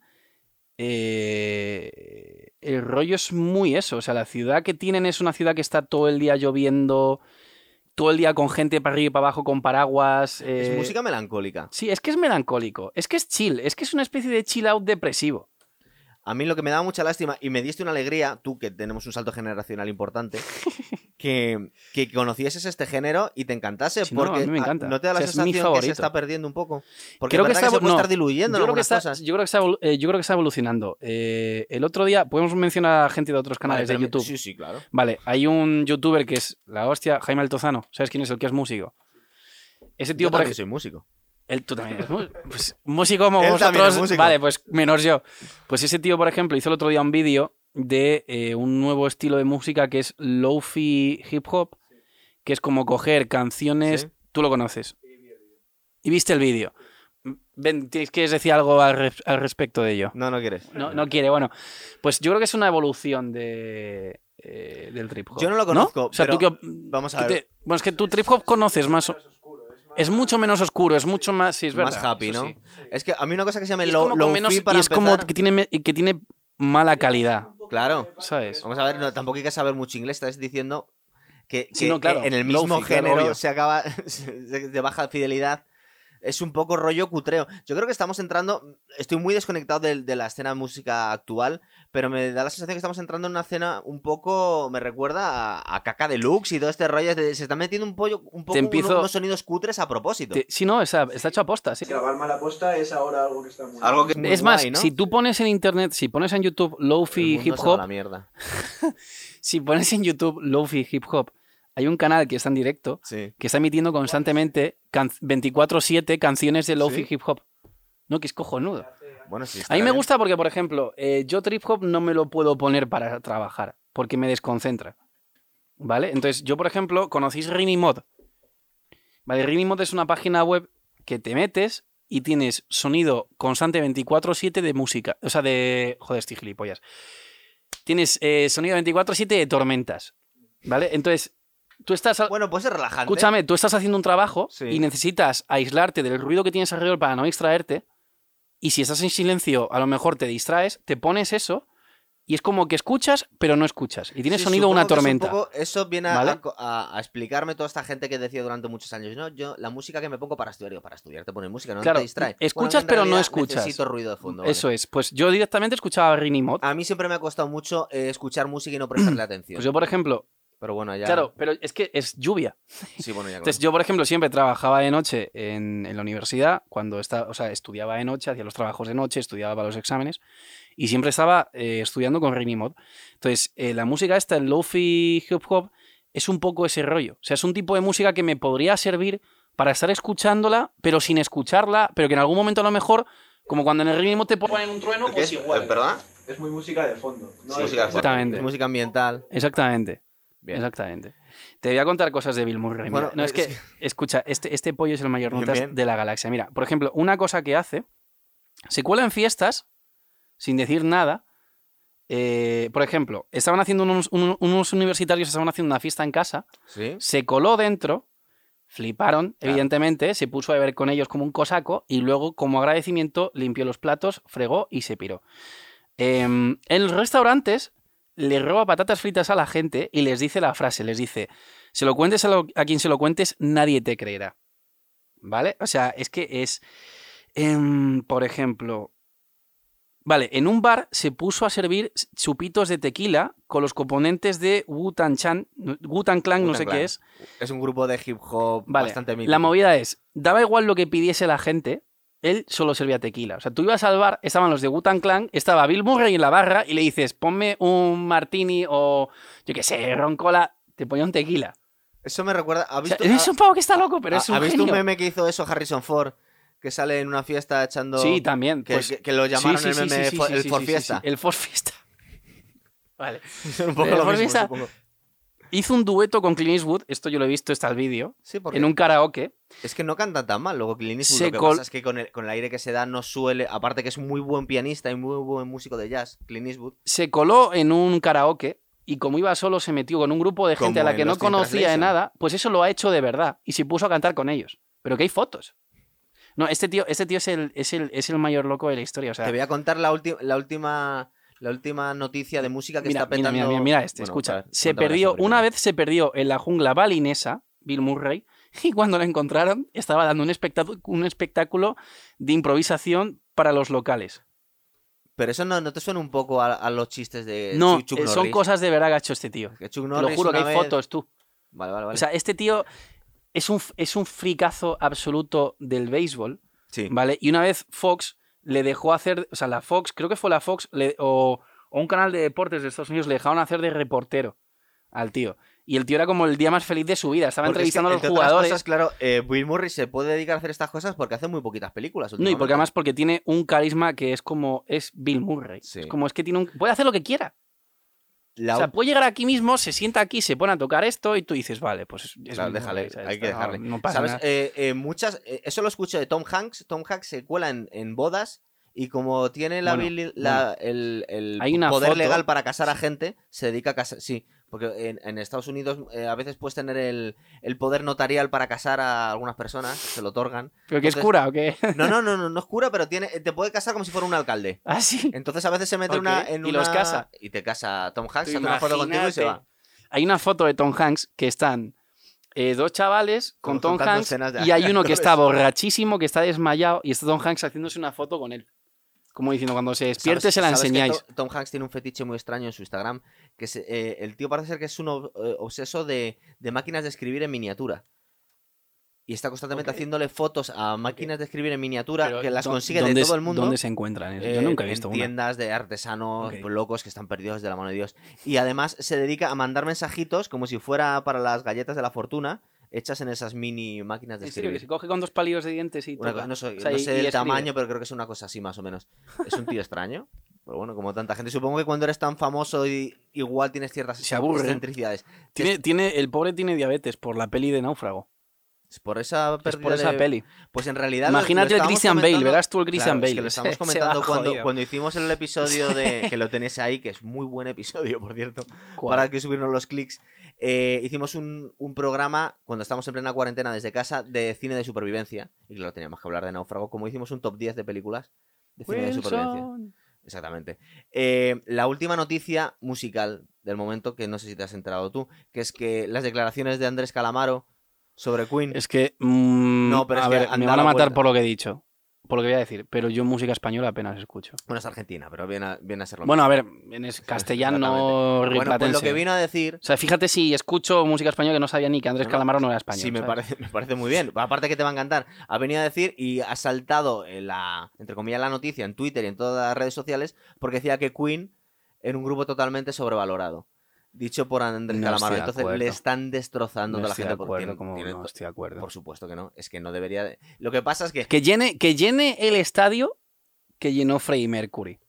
Speaker 2: eh, el rollo es muy eso, o sea, la ciudad que tienen es una ciudad que está todo el día lloviendo, todo el día con gente para arriba y para abajo, con paraguas. eh,
Speaker 1: Es música melancólica.
Speaker 2: Sí, es que es melancólico, es que es chill, es que es una especie de chill out depresivo.
Speaker 1: A mí lo que me daba mucha lástima y me diste una alegría, tú que tenemos un salto generacional importante, que, que conocieses este género y te encantase.
Speaker 2: Sí, no,
Speaker 1: porque
Speaker 2: a mí me
Speaker 1: ah,
Speaker 2: encanta.
Speaker 1: te da la
Speaker 2: O sea, es
Speaker 1: sensación
Speaker 2: mi
Speaker 1: que se
Speaker 2: favorito.
Speaker 1: está perdiendo un poco. Porque
Speaker 2: Creo
Speaker 1: es
Speaker 2: que
Speaker 1: verdad que,
Speaker 2: está-
Speaker 1: se puede
Speaker 2: no,
Speaker 1: estar diluyendo en
Speaker 2: Yo creo, que
Speaker 1: algunas
Speaker 2: está,
Speaker 1: cosas.
Speaker 2: yo, creo que está, evolu- eh, yo creo que está evolucionando. Eh, el otro día, podemos mencionar a gente de otros canales
Speaker 1: Vale, pero
Speaker 2: de
Speaker 1: me-
Speaker 2: YouTube.
Speaker 1: Sí, sí, claro.
Speaker 2: Vale, hay un youtuber que es la hostia, Jaime Altozano. ¿Sabes quién es el que es músico? Ese tío,
Speaker 1: yo
Speaker 2: por
Speaker 1: también
Speaker 2: ejemplo.
Speaker 1: soy músico.
Speaker 2: Él, tú también eres mú- pues, músico como
Speaker 1: Él también
Speaker 2: vosotros.
Speaker 1: es músico.
Speaker 2: Vale, pues menos yo. Pues ese tío, por ejemplo, hizo el otro día un vídeo de eh, un nuevo estilo de música que es lofi hip hop, que es como coger canciones.
Speaker 1: Sí.
Speaker 2: Tú lo conoces. Y viste el vídeo. Ven, ¿tienes- ¿quieres decir algo al, res- al respecto de ello?
Speaker 1: No, no quieres.
Speaker 2: No, no quiere, bueno. Pues yo creo que es una evolución de, eh, del trip hop.
Speaker 1: Yo no lo conozco,
Speaker 2: O sea, tú
Speaker 1: pero
Speaker 2: que-
Speaker 1: vamos a
Speaker 2: que
Speaker 1: ver.
Speaker 2: te- bueno, es que tu trip hop conoces más. o- Es mucho menos oscuro, es mucho más. Sí, es verdad.
Speaker 1: Más happy,
Speaker 2: eso
Speaker 1: ¿no?
Speaker 2: sí.
Speaker 1: Es que a mí una cosa que se llama
Speaker 2: Y es
Speaker 1: low
Speaker 2: como, con menos-
Speaker 1: fi
Speaker 2: y
Speaker 1: para
Speaker 2: es como
Speaker 1: empezar-
Speaker 2: que, tiene, me- que tiene mala calidad,
Speaker 1: Claro.
Speaker 2: ¿sabes?
Speaker 1: Vamos a ver, no, tampoco hay que saber mucho inglés, estás diciendo que,
Speaker 2: Sí,
Speaker 1: que-
Speaker 2: no, claro,
Speaker 1: que en el
Speaker 2: lofi,
Speaker 1: mismo
Speaker 2: claro,
Speaker 1: género
Speaker 2: obvio.
Speaker 1: se acaba se- de baja fidelidad. Es un poco rollo cutreo. Yo creo que estamos entrando. Estoy muy desconectado del- de, la escena de música actual, pero me da la sensación que estamos entrando en una escena un poco. Me recuerda a, a caca deluxe y todo este rollo. de- se están metiendo un, pollo, un poco
Speaker 2: empiezo-
Speaker 1: unos, unos sonidos cutres a propósito.
Speaker 2: Te- sí, no, está, está hecho a posta, sí.
Speaker 3: Grabar mala posta es ahora algo que está muy...
Speaker 1: Algo que muy
Speaker 2: Es más,
Speaker 1: guay, ¿no?
Speaker 2: si tú pones en internet, si pones en YouTube lofi
Speaker 1: El mundo
Speaker 2: hip
Speaker 1: se va a
Speaker 2: hop,
Speaker 1: la mierda.
Speaker 2: si pones en YouTube lofi hip hop, hay un canal que está en directo
Speaker 1: Sí.
Speaker 2: que está emitiendo constantemente can- 24-7 canciones de lofi
Speaker 1: ¿Sí?
Speaker 2: hip hop. No, que es cojonudo.
Speaker 1: Bueno, sí.
Speaker 2: A mí me
Speaker 1: estará bien.
Speaker 2: gusta porque, por ejemplo, eh, yo trip hop no me lo puedo poner para trabajar porque me desconcentra. ¿Vale? Entonces, yo, por ejemplo, conocéis Rimi Mod. Vale, Rimi Mod es una página web que te metes y tienes sonido constante 24-7 de música. O sea, de. Joder, estoy gilipollas. Tienes eh, sonido 24-7 de tormentas. ¿Vale? Entonces, tú estás. al-
Speaker 1: Bueno, pues es relajante.
Speaker 2: Escúchame, tú estás haciendo un trabajo
Speaker 1: Sí.
Speaker 2: y necesitas aislarte del ruido que tienes alrededor para no distraerte. Y si estás en silencio, a lo mejor te distraes, te pones eso y es como que escuchas, pero no escuchas. Y tiene
Speaker 1: Sí,
Speaker 2: sonido una
Speaker 1: supongo que es un
Speaker 2: tormenta.
Speaker 1: poco- eso viene a,
Speaker 2: ¿Vale?
Speaker 1: a co- a- a explicarme toda esta gente que decía durante muchos años, no, yo la música que me pongo para estudiar, digo, para estudiar te pone música, no
Speaker 2: Claro,
Speaker 1: te distrae. Bueno,
Speaker 2: escuchas,
Speaker 1: en
Speaker 2: pero no
Speaker 1: realidad
Speaker 2: escuchas.
Speaker 1: Necesito ruido de fondo. vale.
Speaker 2: Eso es. Pues yo directamente escuchaba a Rini Mod.
Speaker 1: A mí siempre me ha costado mucho eh, escuchar música y no prestarle atención.
Speaker 2: Pues yo, por ejemplo,
Speaker 1: Pero bueno, ya.
Speaker 2: claro, Este pero es que es lluvia.
Speaker 1: Sí, bueno, ya.
Speaker 2: Entonces,
Speaker 1: claro.
Speaker 2: yo, por ejemplo, siempre trabajaba de noche en, en la universidad, cuando estaba, o sea, estudiaba de noche, hacía los trabajos de noche, estudiaba para los exámenes, y siempre estaba eh, estudiando con Rainy Mod. Entonces, eh, la música esta, el lofi hip hop, es un poco ese rollo. O sea, es un tipo de música que me podría servir para estar escuchándola, pero sin escucharla, pero que en algún momento a lo mejor, como cuando en el Rainy Mod te ponen un trueno, pues igual.
Speaker 3: ¿Verdad? Es muy música de fondo. No
Speaker 1: Sí,
Speaker 3: es-
Speaker 1: música de fondo.
Speaker 2: Exactamente.
Speaker 1: Es música ambiental.
Speaker 2: Exactamente.
Speaker 1: Bien.
Speaker 2: Exactamente. Te voy a contar cosas de Bill Murray.
Speaker 1: Bueno,
Speaker 2: mira. no, es que, escucha, este, este pollo es el mayor
Speaker 1: Bien,
Speaker 2: notas
Speaker 1: bien.
Speaker 2: de la galaxia. Mira, por ejemplo, una cosa que hace, se cuela en fiestas sin decir nada. Eh, por ejemplo, estaban haciendo unos, un- unos universitarios, estaban haciendo una fiesta en casa,
Speaker 1: Sí.
Speaker 2: se coló dentro, fliparon,
Speaker 1: Claro.
Speaker 2: evidentemente, se puso a beber con ellos como un cosaco y luego, como agradecimiento, limpió los platos, fregó y se piró. Em, en los restaurantes le roba patatas fritas a la gente y les dice la frase, les dice, se lo cuentes a, lo- a quien se lo cuentes, nadie te creerá. ¿Vale? O sea, es que es, em, por ejemplo, vale, en un bar se puso a servir chupitos de tequila con los componentes de Wu-Tang Clan, no
Speaker 1: Wu-Tang
Speaker 2: sé
Speaker 1: Clan.
Speaker 2: qué es.
Speaker 1: Es un grupo de hip hop
Speaker 2: Vale,
Speaker 1: bastante mítico.
Speaker 2: la movida es, daba igual lo que pidiese la gente, él solo servía tequila. O sea, tú ibas al bar, estaban los de Wu-Tang Clan, estaba Bill Murray en la barra y le dices, ponme un martini o, yo qué sé, roncola, te ponía un tequila.
Speaker 1: Eso me recuerda. ¿ha
Speaker 2: O sea,
Speaker 1: visto,
Speaker 2: es un pavo que está loco, pero
Speaker 1: ha-
Speaker 2: es un
Speaker 1: ha visto un
Speaker 2: genio.
Speaker 1: meme que hizo eso Harrison Ford? Que sale en una fiesta echando.
Speaker 2: Sí, también.
Speaker 1: que,
Speaker 2: pues,
Speaker 1: que- que lo
Speaker 2: sí,
Speaker 1: llamaron
Speaker 2: sí,
Speaker 1: el
Speaker 2: sí,
Speaker 1: meme
Speaker 2: sí, sí,
Speaker 1: fo-
Speaker 2: sí,
Speaker 1: el
Speaker 2: sí,
Speaker 1: Ford
Speaker 2: sí, sí,
Speaker 1: Fiesta.
Speaker 2: El Ford Fiesta. Vale.
Speaker 1: un poco lo
Speaker 2: El Ford
Speaker 1: mismo,
Speaker 2: Fiesta-
Speaker 1: supongo.
Speaker 2: Hizo un dueto con Clint Eastwood, esto yo lo he visto, está el vídeo,
Speaker 1: Sí, porque
Speaker 2: en un karaoke.
Speaker 1: es que no canta tan mal. Luego Clint Eastwood
Speaker 2: Se
Speaker 1: lo que
Speaker 2: col-
Speaker 1: pasa es que con el, con el aire que se da no suele... Aparte que es muy buen pianista y muy buen músico de jazz, Clint Eastwood.
Speaker 2: Se coló en un karaoke y como iba solo se metió con un grupo de
Speaker 1: Como
Speaker 2: gente a la
Speaker 1: en
Speaker 2: que no
Speaker 1: Lost in
Speaker 2: conocía de
Speaker 1: Translation.
Speaker 2: nada, pues eso lo ha hecho de verdad y se puso a cantar con ellos. Pero que hay fotos. No, este tío, este tío es, el, es, el, es el mayor loco de la historia. O sea,
Speaker 1: Te voy a contar la, ulti- la última la última noticia de música que
Speaker 2: mira,
Speaker 1: está
Speaker 2: mira,
Speaker 1: petando.
Speaker 2: mira, mira, mira este,
Speaker 1: Bueno,
Speaker 2: escucha.
Speaker 1: a ver,
Speaker 2: se
Speaker 1: cuéntame
Speaker 2: perdió,
Speaker 1: esto
Speaker 2: una
Speaker 1: primero.
Speaker 2: vez se perdió en la jungla balinesa, Bill Murray, y cuando lo encontraron estaba dando un, espectá- un espectáculo de improvisación para los locales.
Speaker 1: Pero eso no, no te suena un poco a, a los chistes de
Speaker 2: no,
Speaker 1: Chuck
Speaker 2: eh,
Speaker 1: Norris.
Speaker 2: son cosas de verdad que ha hecho este tío.
Speaker 1: Que Chuck
Speaker 2: Te lo
Speaker 1: Norris
Speaker 2: juro que hay
Speaker 1: una vez-
Speaker 2: fotos, tú.
Speaker 1: Vale, vale, vale.
Speaker 2: O sea, este tío es un, es un fricazo absoluto del béisbol,
Speaker 1: sí.
Speaker 2: ¿vale? Y una vez Fox le dejó hacer, o sea, la Fox, creo que fue la Fox, le- o, o un canal de deportes de Estados Unidos, le dejaron hacer de reportero al tío. Y el tío era como el día más feliz de su vida, estaba
Speaker 1: Porque es que,
Speaker 2: entrevistando a
Speaker 1: entre
Speaker 2: los
Speaker 1: otras
Speaker 2: jugadores.
Speaker 1: cosas, claro, eh, Bill Murray se puede dedicar a hacer estas cosas porque hace muy poquitas películas.
Speaker 2: No, y porque
Speaker 1: últimamente.
Speaker 2: además porque tiene un carisma que es como es Bill Murray.
Speaker 1: Sí.
Speaker 2: Es como es que tiene un puede hacer lo que quiera.
Speaker 1: La
Speaker 2: O sea, puede llegar aquí mismo, se sienta aquí, se pone a tocar esto y tú dices, vale, pues es
Speaker 1: Claro,
Speaker 2: Bill
Speaker 1: déjale,
Speaker 2: Murray, ¿sabes?
Speaker 1: hay que
Speaker 2: No,
Speaker 1: dejarle.
Speaker 2: No, pasa
Speaker 1: ¿Sabes?
Speaker 2: nada.
Speaker 1: Eh, eh, muchas, eh, eso lo escuché de Tom Hanks. Tom Hanks se cuela en, en bodas y como tiene la,
Speaker 2: Bueno,
Speaker 1: habili- la- el, el
Speaker 2: Hay una
Speaker 1: poder
Speaker 2: foto.
Speaker 1: legal para casar a gente, se dedica a casar. Sí, porque en, en Estados Unidos eh, a veces puedes tener el, el poder notarial para casar a algunas personas, se lo otorgan.
Speaker 2: ¿Pero que es
Speaker 1: entonces-
Speaker 2: cura o qué?
Speaker 1: No, no, no, no, no es cura, pero tiene, te puede casar como si fuera un alcalde.
Speaker 2: Así.
Speaker 1: Entonces a veces se mete
Speaker 2: Ok,
Speaker 1: una, en
Speaker 2: y los
Speaker 1: una-
Speaker 2: casa.
Speaker 1: Y te casa Tom Hanks,
Speaker 2: Tú
Speaker 1: se hace una foto contigo y se
Speaker 2: imagínate.
Speaker 1: va.
Speaker 2: Hay una foto de Tom Hanks que están eh, dos chavales con
Speaker 1: Como
Speaker 2: Tom
Speaker 1: juntando
Speaker 2: Hanks
Speaker 1: escenas de
Speaker 2: y hay uno que
Speaker 1: actores.
Speaker 2: está borrachísimo, que está desmayado y está Tom Hanks haciéndose una foto con él. Como diciendo, cuando se despierte
Speaker 1: ¿Sabes-
Speaker 2: se la
Speaker 1: sabes que
Speaker 2: enseñáis.
Speaker 1: To- Tom Hanks tiene un fetiche muy extraño en su Instagram, que se- eh, el tío parece ser que es un ob- eh, obseso de, de máquinas de escribir en miniatura. Y está constantemente
Speaker 2: Ok.
Speaker 1: haciéndole fotos a máquinas de escribir en miniatura
Speaker 2: Pero,
Speaker 1: que las
Speaker 2: ¿dó-
Speaker 1: consigue
Speaker 2: dónde
Speaker 1: de
Speaker 2: es-
Speaker 1: todo el mundo.
Speaker 2: ¿Dónde se encuentran? eso?
Speaker 1: eh,
Speaker 2: Yo nunca he visto
Speaker 1: en
Speaker 2: una.
Speaker 1: tiendas de artesanos
Speaker 2: Ok.
Speaker 1: locos que están perdidos de la mano de Dios. Y además se dedica a mandar mensajitos como si fuera para las galletas de la fortuna hechas en esas mini máquinas de
Speaker 2: ¿En serio?
Speaker 1: escribir.
Speaker 2: Que se coge con dos palillos de dientes y
Speaker 1: Una
Speaker 2: toca.
Speaker 1: cosa- no, soy-
Speaker 2: O sea,
Speaker 1: no
Speaker 2: y-
Speaker 1: sé
Speaker 2: y
Speaker 1: el
Speaker 2: escribe.
Speaker 1: tamaño, pero creo que es una cosa así, más o menos. Es un tío extraño. Pero bueno, como tanta gente. Supongo que cuando eres tan famoso y igual tienes ciertas
Speaker 2: Se aburre.
Speaker 1: excentricidades.
Speaker 2: Tiene, tiene, el pobre tiene diabetes por la peli de Náufrago.
Speaker 1: Es Por esa
Speaker 2: Es
Speaker 1: pérdida
Speaker 2: por esa
Speaker 1: de-
Speaker 2: peli.
Speaker 1: Pues en realidad. lo- lo
Speaker 2: Imagínate el
Speaker 1: estábamos
Speaker 2: Christian Bale,
Speaker 1: comentando-
Speaker 2: verás tú el
Speaker 1: Claro,
Speaker 2: Christian
Speaker 1: es
Speaker 2: Bale.
Speaker 1: que lo
Speaker 2: Se
Speaker 1: estamos
Speaker 2: va
Speaker 1: comentando cuando,
Speaker 2: jodido.
Speaker 1: cuando hicimos el episodio de. que lo tenés ahí, que es muy buen episodio, por cierto.
Speaker 2: ¿Cuál?
Speaker 1: Para que subirnos los clics. Eh, hicimos un, un programa cuando estamos en plena cuarentena desde casa de cine de supervivencia. Y claro, teníamos que hablar de náufrago. Como hicimos un top 10 de películas de cine de supervivencia.
Speaker 2: Wilson.
Speaker 1: Exactamente. Eh, la última noticia musical del momento, que no sé si te has enterado tú, que es que las declaraciones de Andrés Calamaro sobre Queen.
Speaker 2: Es que. mm,
Speaker 1: No, pero es
Speaker 2: a
Speaker 1: que
Speaker 2: ver,
Speaker 1: anda
Speaker 2: me van
Speaker 1: la
Speaker 2: a matar
Speaker 1: vuelta.
Speaker 2: por lo que he dicho. Por lo que voy a decir. Pero yo música española apenas escucho.
Speaker 1: Bueno, es Argentina, pero viene a, viene a ser lo
Speaker 2: Bueno, a ver, en es- castellano
Speaker 1: mismo. Bueno, pues
Speaker 2: riplatense.
Speaker 1: lo que vino a decir.
Speaker 2: O sea, fíjate si escucho música española que no sabía ni que Andrés
Speaker 1: No, no,
Speaker 2: Calamaro no era español.
Speaker 1: Sí, me
Speaker 2: ¿sabes?
Speaker 1: parece, me parece muy bien. Aparte que te va a encantar. Ha venido a decir y ha saltado en la, entre comillas, la noticia en Twitter y en todas las redes sociales porque decía que Queen era un grupo totalmente sobrevalorado. Dicho por Andrés
Speaker 2: No
Speaker 1: Calamaro.
Speaker 2: estoy de
Speaker 1: Entonces
Speaker 2: acuerdo.
Speaker 1: le están destrozando
Speaker 2: No
Speaker 1: toda la
Speaker 2: estoy
Speaker 1: gente
Speaker 2: de
Speaker 1: porque
Speaker 2: acuerdo,
Speaker 1: tiene-
Speaker 2: como
Speaker 1: tiene
Speaker 2: no estoy de acuerdo.
Speaker 1: Por supuesto que no. Es que no debería. de- Lo que pasa es que.
Speaker 2: Que llene, que llene el estadio que llenó Freddie Mercury.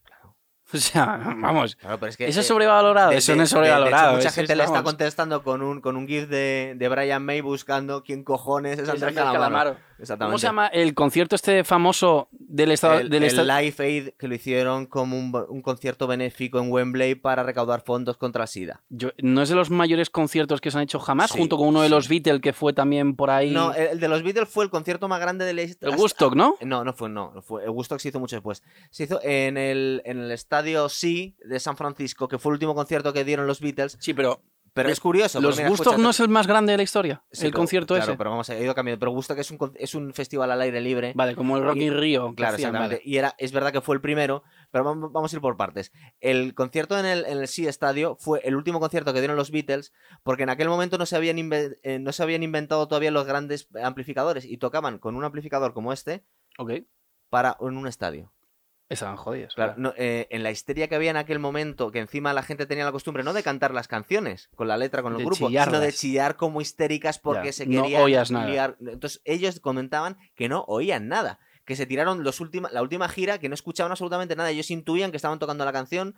Speaker 2: O sea, vamos.
Speaker 1: Claro, pero es que,
Speaker 2: Eso es
Speaker 1: eh,
Speaker 2: sobrevalorado.
Speaker 1: de-
Speaker 2: eso
Speaker 1: de-
Speaker 2: no es
Speaker 1: de- de hecho,
Speaker 2: sobrevalorado.
Speaker 1: mucha
Speaker 2: eso
Speaker 1: gente
Speaker 2: es,
Speaker 1: le está
Speaker 2: vamos,
Speaker 1: contestando con un, con un GIF de, de Brian May buscando quién cojones es
Speaker 2: es
Speaker 1: Andrés
Speaker 2: Andrés
Speaker 1: Calamaro.
Speaker 2: Calamaro.
Speaker 1: Exactamente.
Speaker 2: ¿Cómo se llama el concierto este famoso del estado
Speaker 1: El,
Speaker 2: del
Speaker 1: el
Speaker 2: esta-
Speaker 1: Live Aid que lo hicieron como un, un concierto benéfico en Wembley para recaudar fondos contra el SIDA.
Speaker 2: Yo- no es de los mayores conciertos que se han hecho jamás,
Speaker 1: Sí,
Speaker 2: junto con uno de
Speaker 1: sí.
Speaker 2: los Beatles que fue también por ahí.
Speaker 1: No, eh, el, el de los Beatles fue el concierto más grande de la historia.
Speaker 2: el Woodstock, ¿no?
Speaker 1: No, no fue, no. Fue, el Woodstock se hizo mucho después. Se hizo en el, en el estadio Sí de San Francisco, que fue el último concierto que dieron los Beatles.
Speaker 2: Sí, pero
Speaker 1: Pero
Speaker 2: Pero
Speaker 1: es curioso.
Speaker 2: los
Speaker 1: porque mira,
Speaker 2: Woodstock
Speaker 1: escucha,
Speaker 2: no es el más grande de la historia.
Speaker 1: Sí,
Speaker 2: el
Speaker 1: pero-
Speaker 2: concierto
Speaker 1: claro,
Speaker 2: ese.
Speaker 1: pero vamos, he ido cambiando. Pero Woodstock es un, con- es un festival al aire libre.
Speaker 2: Vale, como el Rock in Rio. que
Speaker 1: Claro,
Speaker 2: hacían,
Speaker 1: exactamente.
Speaker 2: vale.
Speaker 1: Y era, es verdad que fue el primero, pero vam- vamos a ir por partes. El concierto en el, en el Sea Estadio fue el último concierto que dieron los Beatles, porque en aquel momento no se, habían inven- eh, no se habían inventado todavía los grandes amplificadores y tocaban con un amplificador como este
Speaker 2: Ok.
Speaker 1: para en un estadio.
Speaker 2: Estaban jodidos.
Speaker 1: Claro, no, eh, en la histeria que había en aquel momento, que encima la gente tenía la costumbre no de cantar las canciones con la letra, con el
Speaker 2: De
Speaker 1: grupo, sino de
Speaker 2: chillarlas.
Speaker 1: chillar como histéricas porque
Speaker 2: Ya,
Speaker 1: se
Speaker 2: no
Speaker 1: querían
Speaker 2: oías nada.
Speaker 1: liar. Entonces ellos comentaban que no oían nada, que se tiraron los última- la última gira, que no escuchaban absolutamente nada. Ellos intuían que estaban tocando la canción,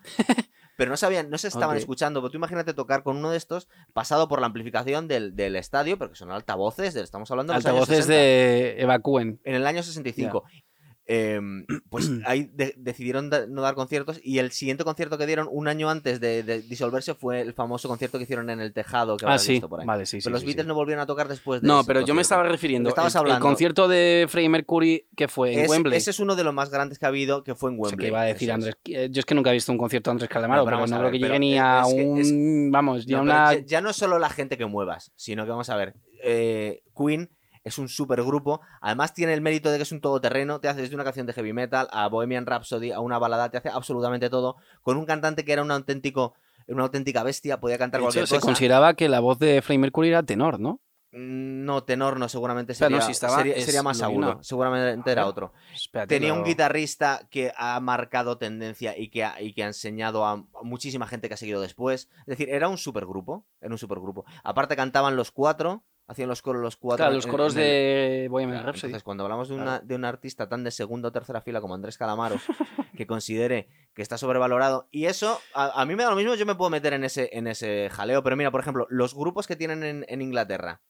Speaker 1: pero no sabían, no se estaban
Speaker 2: Ok.
Speaker 1: escuchando. Pero tú imagínate tocar con uno de estos pasado por la amplificación del, del estadio, porque son altavoces, del- estamos hablando de los años
Speaker 2: Altavoces
Speaker 1: 60
Speaker 2: de evacúen.
Speaker 1: en el año 65. Em, pues ahí de- decidieron da- no dar conciertos y el siguiente concierto que dieron un año antes de, de disolverse fue el famoso concierto que hicieron en el tejado que
Speaker 2: Ah,
Speaker 1: habrás
Speaker 2: sí.
Speaker 1: visto por ahí.
Speaker 2: Vale, sí, sí.
Speaker 1: pero los
Speaker 2: sí, sí.
Speaker 1: Beatles no volvieron a tocar después de
Speaker 2: No,
Speaker 1: ese
Speaker 2: pero yo me
Speaker 1: concierto.
Speaker 2: estaba refiriendo.
Speaker 1: Lo estabas
Speaker 2: el- el,
Speaker 1: hablando.
Speaker 2: concierto de Freddie Mercury que fue en
Speaker 1: Es-
Speaker 2: Wembley.
Speaker 1: Ese es uno de los más grandes que ha habido, que fue en
Speaker 2: O sea,
Speaker 1: Wembley.
Speaker 2: que iba a decir
Speaker 1: Eso es.
Speaker 2: Andrés. eh, Yo es que nunca he visto un concierto de Andrés Calamaro,
Speaker 1: No, pero
Speaker 2: pero,
Speaker 1: vamos
Speaker 2: no
Speaker 1: a
Speaker 2: creo
Speaker 1: ver,
Speaker 2: que llegue
Speaker 1: pero
Speaker 2: ni a
Speaker 1: es que-
Speaker 2: un.
Speaker 1: es-
Speaker 2: Vamos, ni a
Speaker 1: No, pero
Speaker 2: Pues una.
Speaker 1: ya, ya no solo la gente que muevas, sino que vamos a ver. eh, Queen es un supergrupo. Además, tiene el mérito de que es un todoterreno. Te hace desde una canción de heavy metal a Bohemian Rhapsody, a una balada, te hace absolutamente todo. Con un cantante que era un auténtico. Una auténtica bestia, podía
Speaker 2: De
Speaker 1: cantar
Speaker 2: hecho,
Speaker 1: cualquier
Speaker 2: se
Speaker 1: cosa.
Speaker 2: consideraba que la voz de Freddie Mercury era tenor, ¿no?
Speaker 1: Mm, No, tenor no, seguramente
Speaker 2: Pero
Speaker 1: sería,
Speaker 2: no, si estaba-
Speaker 1: sería,
Speaker 2: es-
Speaker 1: sería más
Speaker 2: lo vi,
Speaker 1: agudo.
Speaker 2: no.
Speaker 1: Seguramente era
Speaker 2: Joder.
Speaker 1: otro.
Speaker 2: Espérate,
Speaker 1: Tenía un
Speaker 2: lo-
Speaker 1: guitarrista que ha marcado tendencia y que ha, y que ha enseñado a muchísima gente que ha seguido después. Es decir, era un supergrupo. Era un supergrupo. Aparte cantaban los cuatro, hacían los coros los cuatro.
Speaker 2: Claro, los
Speaker 1: en-
Speaker 2: coros
Speaker 1: en el-
Speaker 2: de Bohemian
Speaker 1: Claro,
Speaker 2: Rhapsody.
Speaker 1: Entonces, cuando hablamos de una,
Speaker 2: Claro.
Speaker 1: de un artista tan de segunda o tercera fila como Andrés Calamaro, que considere que está sobrevalorado, y eso a, a mí me da lo mismo, yo me puedo meter en ese, en ese jaleo, pero mira, por ejemplo, los grupos que tienen en, en Inglaterra,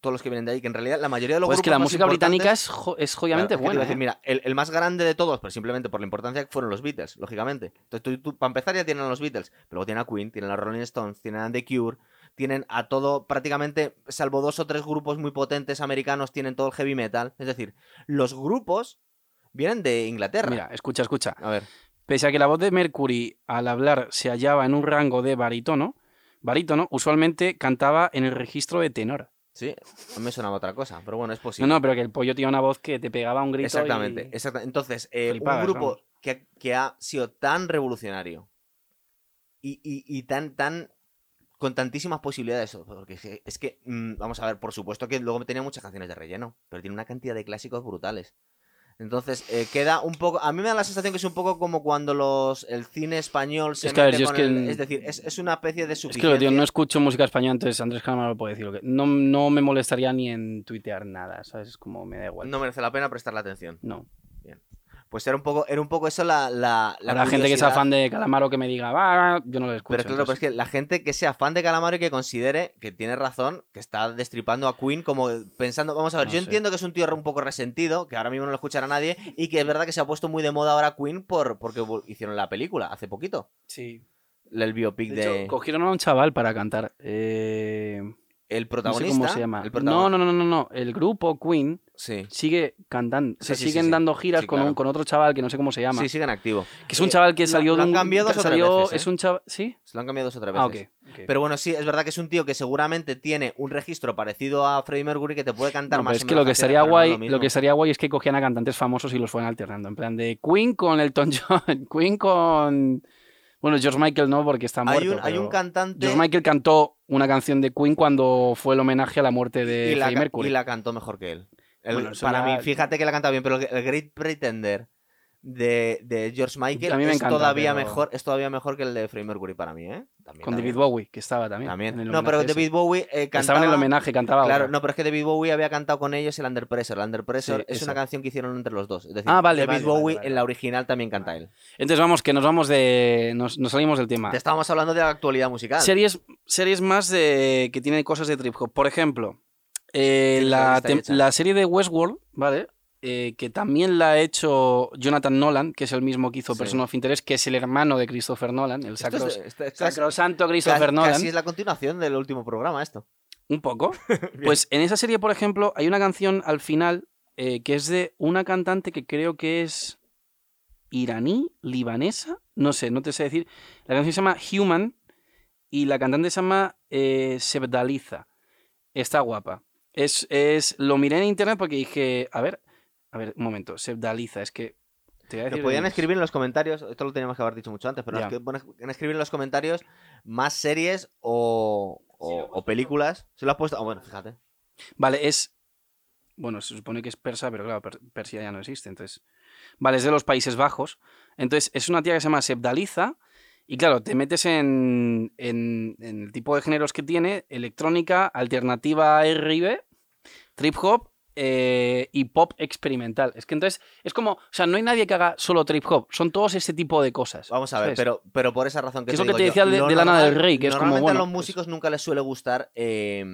Speaker 1: todos los que vienen de ahí, que en realidad la mayoría de los
Speaker 2: Pues es
Speaker 1: grupos
Speaker 2: que la
Speaker 1: más
Speaker 2: música británica
Speaker 1: importantes-
Speaker 2: es, jo- es
Speaker 1: Claro,
Speaker 2: jodidamente
Speaker 1: es que te iba
Speaker 2: buena.
Speaker 1: a decir,
Speaker 2: ¿eh?
Speaker 1: mira, el, el más grande de todos, pero simplemente por la importancia que fueron los Beatles, lógicamente. Entonces, tú, tú- para empezar ya tienen a los Beatles, pero luego tienen a Queen, tienen a Rolling Stones, tienen a The Cure, tienen a todo, prácticamente, salvo dos o tres grupos muy potentes americanos, tienen todo el heavy metal. Es decir, los grupos vienen de Inglaterra.
Speaker 2: Mira, escucha, escucha.
Speaker 1: A ver,
Speaker 2: Pese a que la voz de Mercury al hablar se hallaba en un rango de barítono, barítono usualmente cantaba en el registro de tenor.
Speaker 1: sí, a mí me sonaba otra cosa, pero bueno, es posible.
Speaker 2: No, no, pero que el pollo tenía una voz que te pegaba un grito. y-
Speaker 1: Exactamente, exacta- Entonces, eh, un
Speaker 2: Flipadas,
Speaker 1: grupo
Speaker 2: vamos.
Speaker 1: que, que ha sido tan revolucionario y, y- y tan, tan con tantísimas posibilidades, porque es que- es que, mm, vamos a ver, por supuesto que luego tenía muchas canciones de relleno, pero tiene una cantidad de clásicos brutales. Entonces, eh, queda un poco. A mí me da la sensación que es un poco como cuando los el cine español se
Speaker 2: Es que, a ver,
Speaker 1: mete
Speaker 2: yo es
Speaker 1: con
Speaker 2: que
Speaker 1: el-
Speaker 2: el-
Speaker 1: es decir, es, es una especie de
Speaker 2: Es que lo
Speaker 1: suficiencia.
Speaker 2: digo, no escucho música española, entonces Andrés Calamaro puede decir lo que. No, no me molestaría ni en tuitear nada, ¿sabes? Es Como me da igual.
Speaker 1: no merece la pena prestarle atención.
Speaker 2: No.
Speaker 1: Pues era un poco, era un poco eso la. la, la
Speaker 2: La gente que sea
Speaker 1: curiosidad.
Speaker 2: fan de Calamaro que me diga, va, yo no lo escucho.
Speaker 1: Pero claro, pues pero es que la gente que sea fan de Calamaro y que considere que tiene razón, que está destripando a Queen como pensando, vamos a ver,
Speaker 2: No
Speaker 1: yo
Speaker 2: sé.
Speaker 1: entiendo que es un tío un poco resentido, que ahora mismo no lo escuchará nadie y que es verdad que se ha puesto muy de moda ahora Queen por porque vol- hicieron la película hace poquito,
Speaker 2: Sí.
Speaker 1: el biopic
Speaker 2: De
Speaker 1: de,
Speaker 2: hecho, cogieron a un chaval para cantar. Eh,
Speaker 1: el
Speaker 2: no sé
Speaker 1: protagonista,
Speaker 2: cómo se llama.
Speaker 1: el
Speaker 2: No,
Speaker 1: protagon-
Speaker 2: no, no, no, no. El grupo Queen
Speaker 1: sí.
Speaker 2: sigue cantando.
Speaker 1: Sí,
Speaker 2: se
Speaker 1: sí, sí,
Speaker 2: siguen
Speaker 1: sí.
Speaker 2: dando giras
Speaker 1: Sí,
Speaker 2: con,
Speaker 1: claro.
Speaker 2: un- con otro chaval que no sé cómo se llama.
Speaker 1: Sí, siguen activo.
Speaker 2: Que es un
Speaker 1: Eh,
Speaker 2: chaval que
Speaker 1: lo-
Speaker 2: salió
Speaker 1: lo
Speaker 2: de
Speaker 1: han
Speaker 2: un.
Speaker 1: cambiado
Speaker 2: que
Speaker 1: dos o tres
Speaker 2: salió-
Speaker 1: veces, ¿eh?
Speaker 2: Es un chaval. ¿Sí?
Speaker 1: Se lo han cambiado dos o tres veces.
Speaker 2: Ah, ok. ok.
Speaker 1: Pero bueno, sí, es verdad que es un tío que seguramente tiene un registro parecido a Freddie Mercury que te puede cantar
Speaker 2: No, pero
Speaker 1: más.
Speaker 2: es
Speaker 1: o
Speaker 2: que
Speaker 1: menos
Speaker 2: lo que
Speaker 1: canciones,
Speaker 2: estaría
Speaker 1: pero no es
Speaker 2: guay,
Speaker 1: lo
Speaker 2: lo,
Speaker 1: mismo.
Speaker 2: que estaría guay es que cogían a cantantes famosos y los fueran alternando. En plan de Queen con Elton John, Queen con. Bueno, George Michael no, porque está muerto.
Speaker 1: hay un, hay
Speaker 2: pero
Speaker 1: un cantante
Speaker 2: George Michael cantó una canción de Queen cuando fue el homenaje a la muerte de
Speaker 1: y la,
Speaker 2: Eh, Freddie
Speaker 1: ca-
Speaker 2: Mercury.
Speaker 1: y la cantó mejor que él. El-
Speaker 2: Bueno, eso
Speaker 1: para
Speaker 2: ya-
Speaker 1: mí, fíjate que la canta bien, pero el Great Pretender de, de George Michael
Speaker 2: A mí me
Speaker 1: es,
Speaker 2: encanta,
Speaker 1: todavía
Speaker 2: pero-
Speaker 1: mejor, es todavía mejor que el de Freddie Mercury para mí, ¿eh? También,
Speaker 2: Con
Speaker 1: también.
Speaker 2: David Bowie, que estaba también.
Speaker 1: También.
Speaker 2: en el
Speaker 1: No, pero
Speaker 2: homenaje ese.
Speaker 1: David Bowie eh,
Speaker 2: Estaba
Speaker 1: cantaba...
Speaker 2: en el homenaje, cantaba.
Speaker 1: Claro,
Speaker 2: otra.
Speaker 1: no, pero es que David Bowie había cantado con ellos el Under Pressure. El Under Pressure es una
Speaker 2: esa.
Speaker 1: canción que hicieron entre los dos. Es decir,
Speaker 2: Ah, vale,
Speaker 1: David
Speaker 2: vale, vale,
Speaker 1: Bowie
Speaker 2: vale,
Speaker 1: en la
Speaker 2: vale.
Speaker 1: original también canta él.
Speaker 2: Entonces vamos, que nos vamos de. Nos, nos salimos del tema.
Speaker 1: Te estábamos hablando de la actualidad musical.
Speaker 2: Series, series más de, que tienen cosas de trip hop. Por ejemplo, eh,
Speaker 1: Tienes la
Speaker 2: la,
Speaker 1: lista
Speaker 2: tem-
Speaker 1: hecha.
Speaker 2: la serie de Westworld, ¿vale? Eh, que también la ha hecho Jonathan Nolan, que es el mismo que hizo
Speaker 1: Sí.
Speaker 2: Person of Interest, que es el hermano de Christopher Nolan, el
Speaker 1: Esto es-
Speaker 2: sacro,
Speaker 1: esto es casi-
Speaker 2: sacrosanto
Speaker 1: casi-
Speaker 2: Christopher Nolan.
Speaker 1: casi es la continuación del último programa esto.
Speaker 2: Un poco. pues en esa serie, por ejemplo, hay una canción al final eh, que es de una cantante que creo que es iraní, libanesa, no sé, no te sé decir. La canción se llama Human y la cantante se llama eh, Sebdaliza. Está guapa. Es, es, lo miré en internet porque dije, a ver, a ver, un momento, Sebdaliza, es que... Te voy a
Speaker 1: Que
Speaker 2: decir
Speaker 1: podían
Speaker 2: el-
Speaker 1: escribir en los comentarios, esto lo teníamos que haber dicho mucho antes, pero
Speaker 2: Ya.
Speaker 1: nos que pueden escribir en los comentarios más series o, o- o películas. Se lo has puesto. ah, bueno, fíjate.
Speaker 2: Vale, es. Bueno, se supone que es persa, pero claro, per- Persia ya no existe, entonces. Vale, es de los Países Bajos. Entonces, es una tía que se llama Sebdaliza. Y claro, te metes en, en- en el tipo de géneros que tiene: electrónica, alternativa R&B, trip hop eh, y pop experimental. Es que entonces, es como, o sea, no hay nadie que haga solo trip hop, son todos ese tipo de cosas.
Speaker 1: Vamos a ver,
Speaker 2: ¿sabes?
Speaker 1: pero, pero por esa razón que
Speaker 2: Que
Speaker 1: te
Speaker 2: es lo que
Speaker 1: digo
Speaker 2: te
Speaker 1: yo,
Speaker 2: decía de-
Speaker 1: lo
Speaker 2: de Lana
Speaker 1: normal-
Speaker 2: del Rey, que es como,
Speaker 1: normalmente
Speaker 2: bueno,
Speaker 1: a los
Speaker 2: pues-
Speaker 1: músicos nunca les suele gustar eh,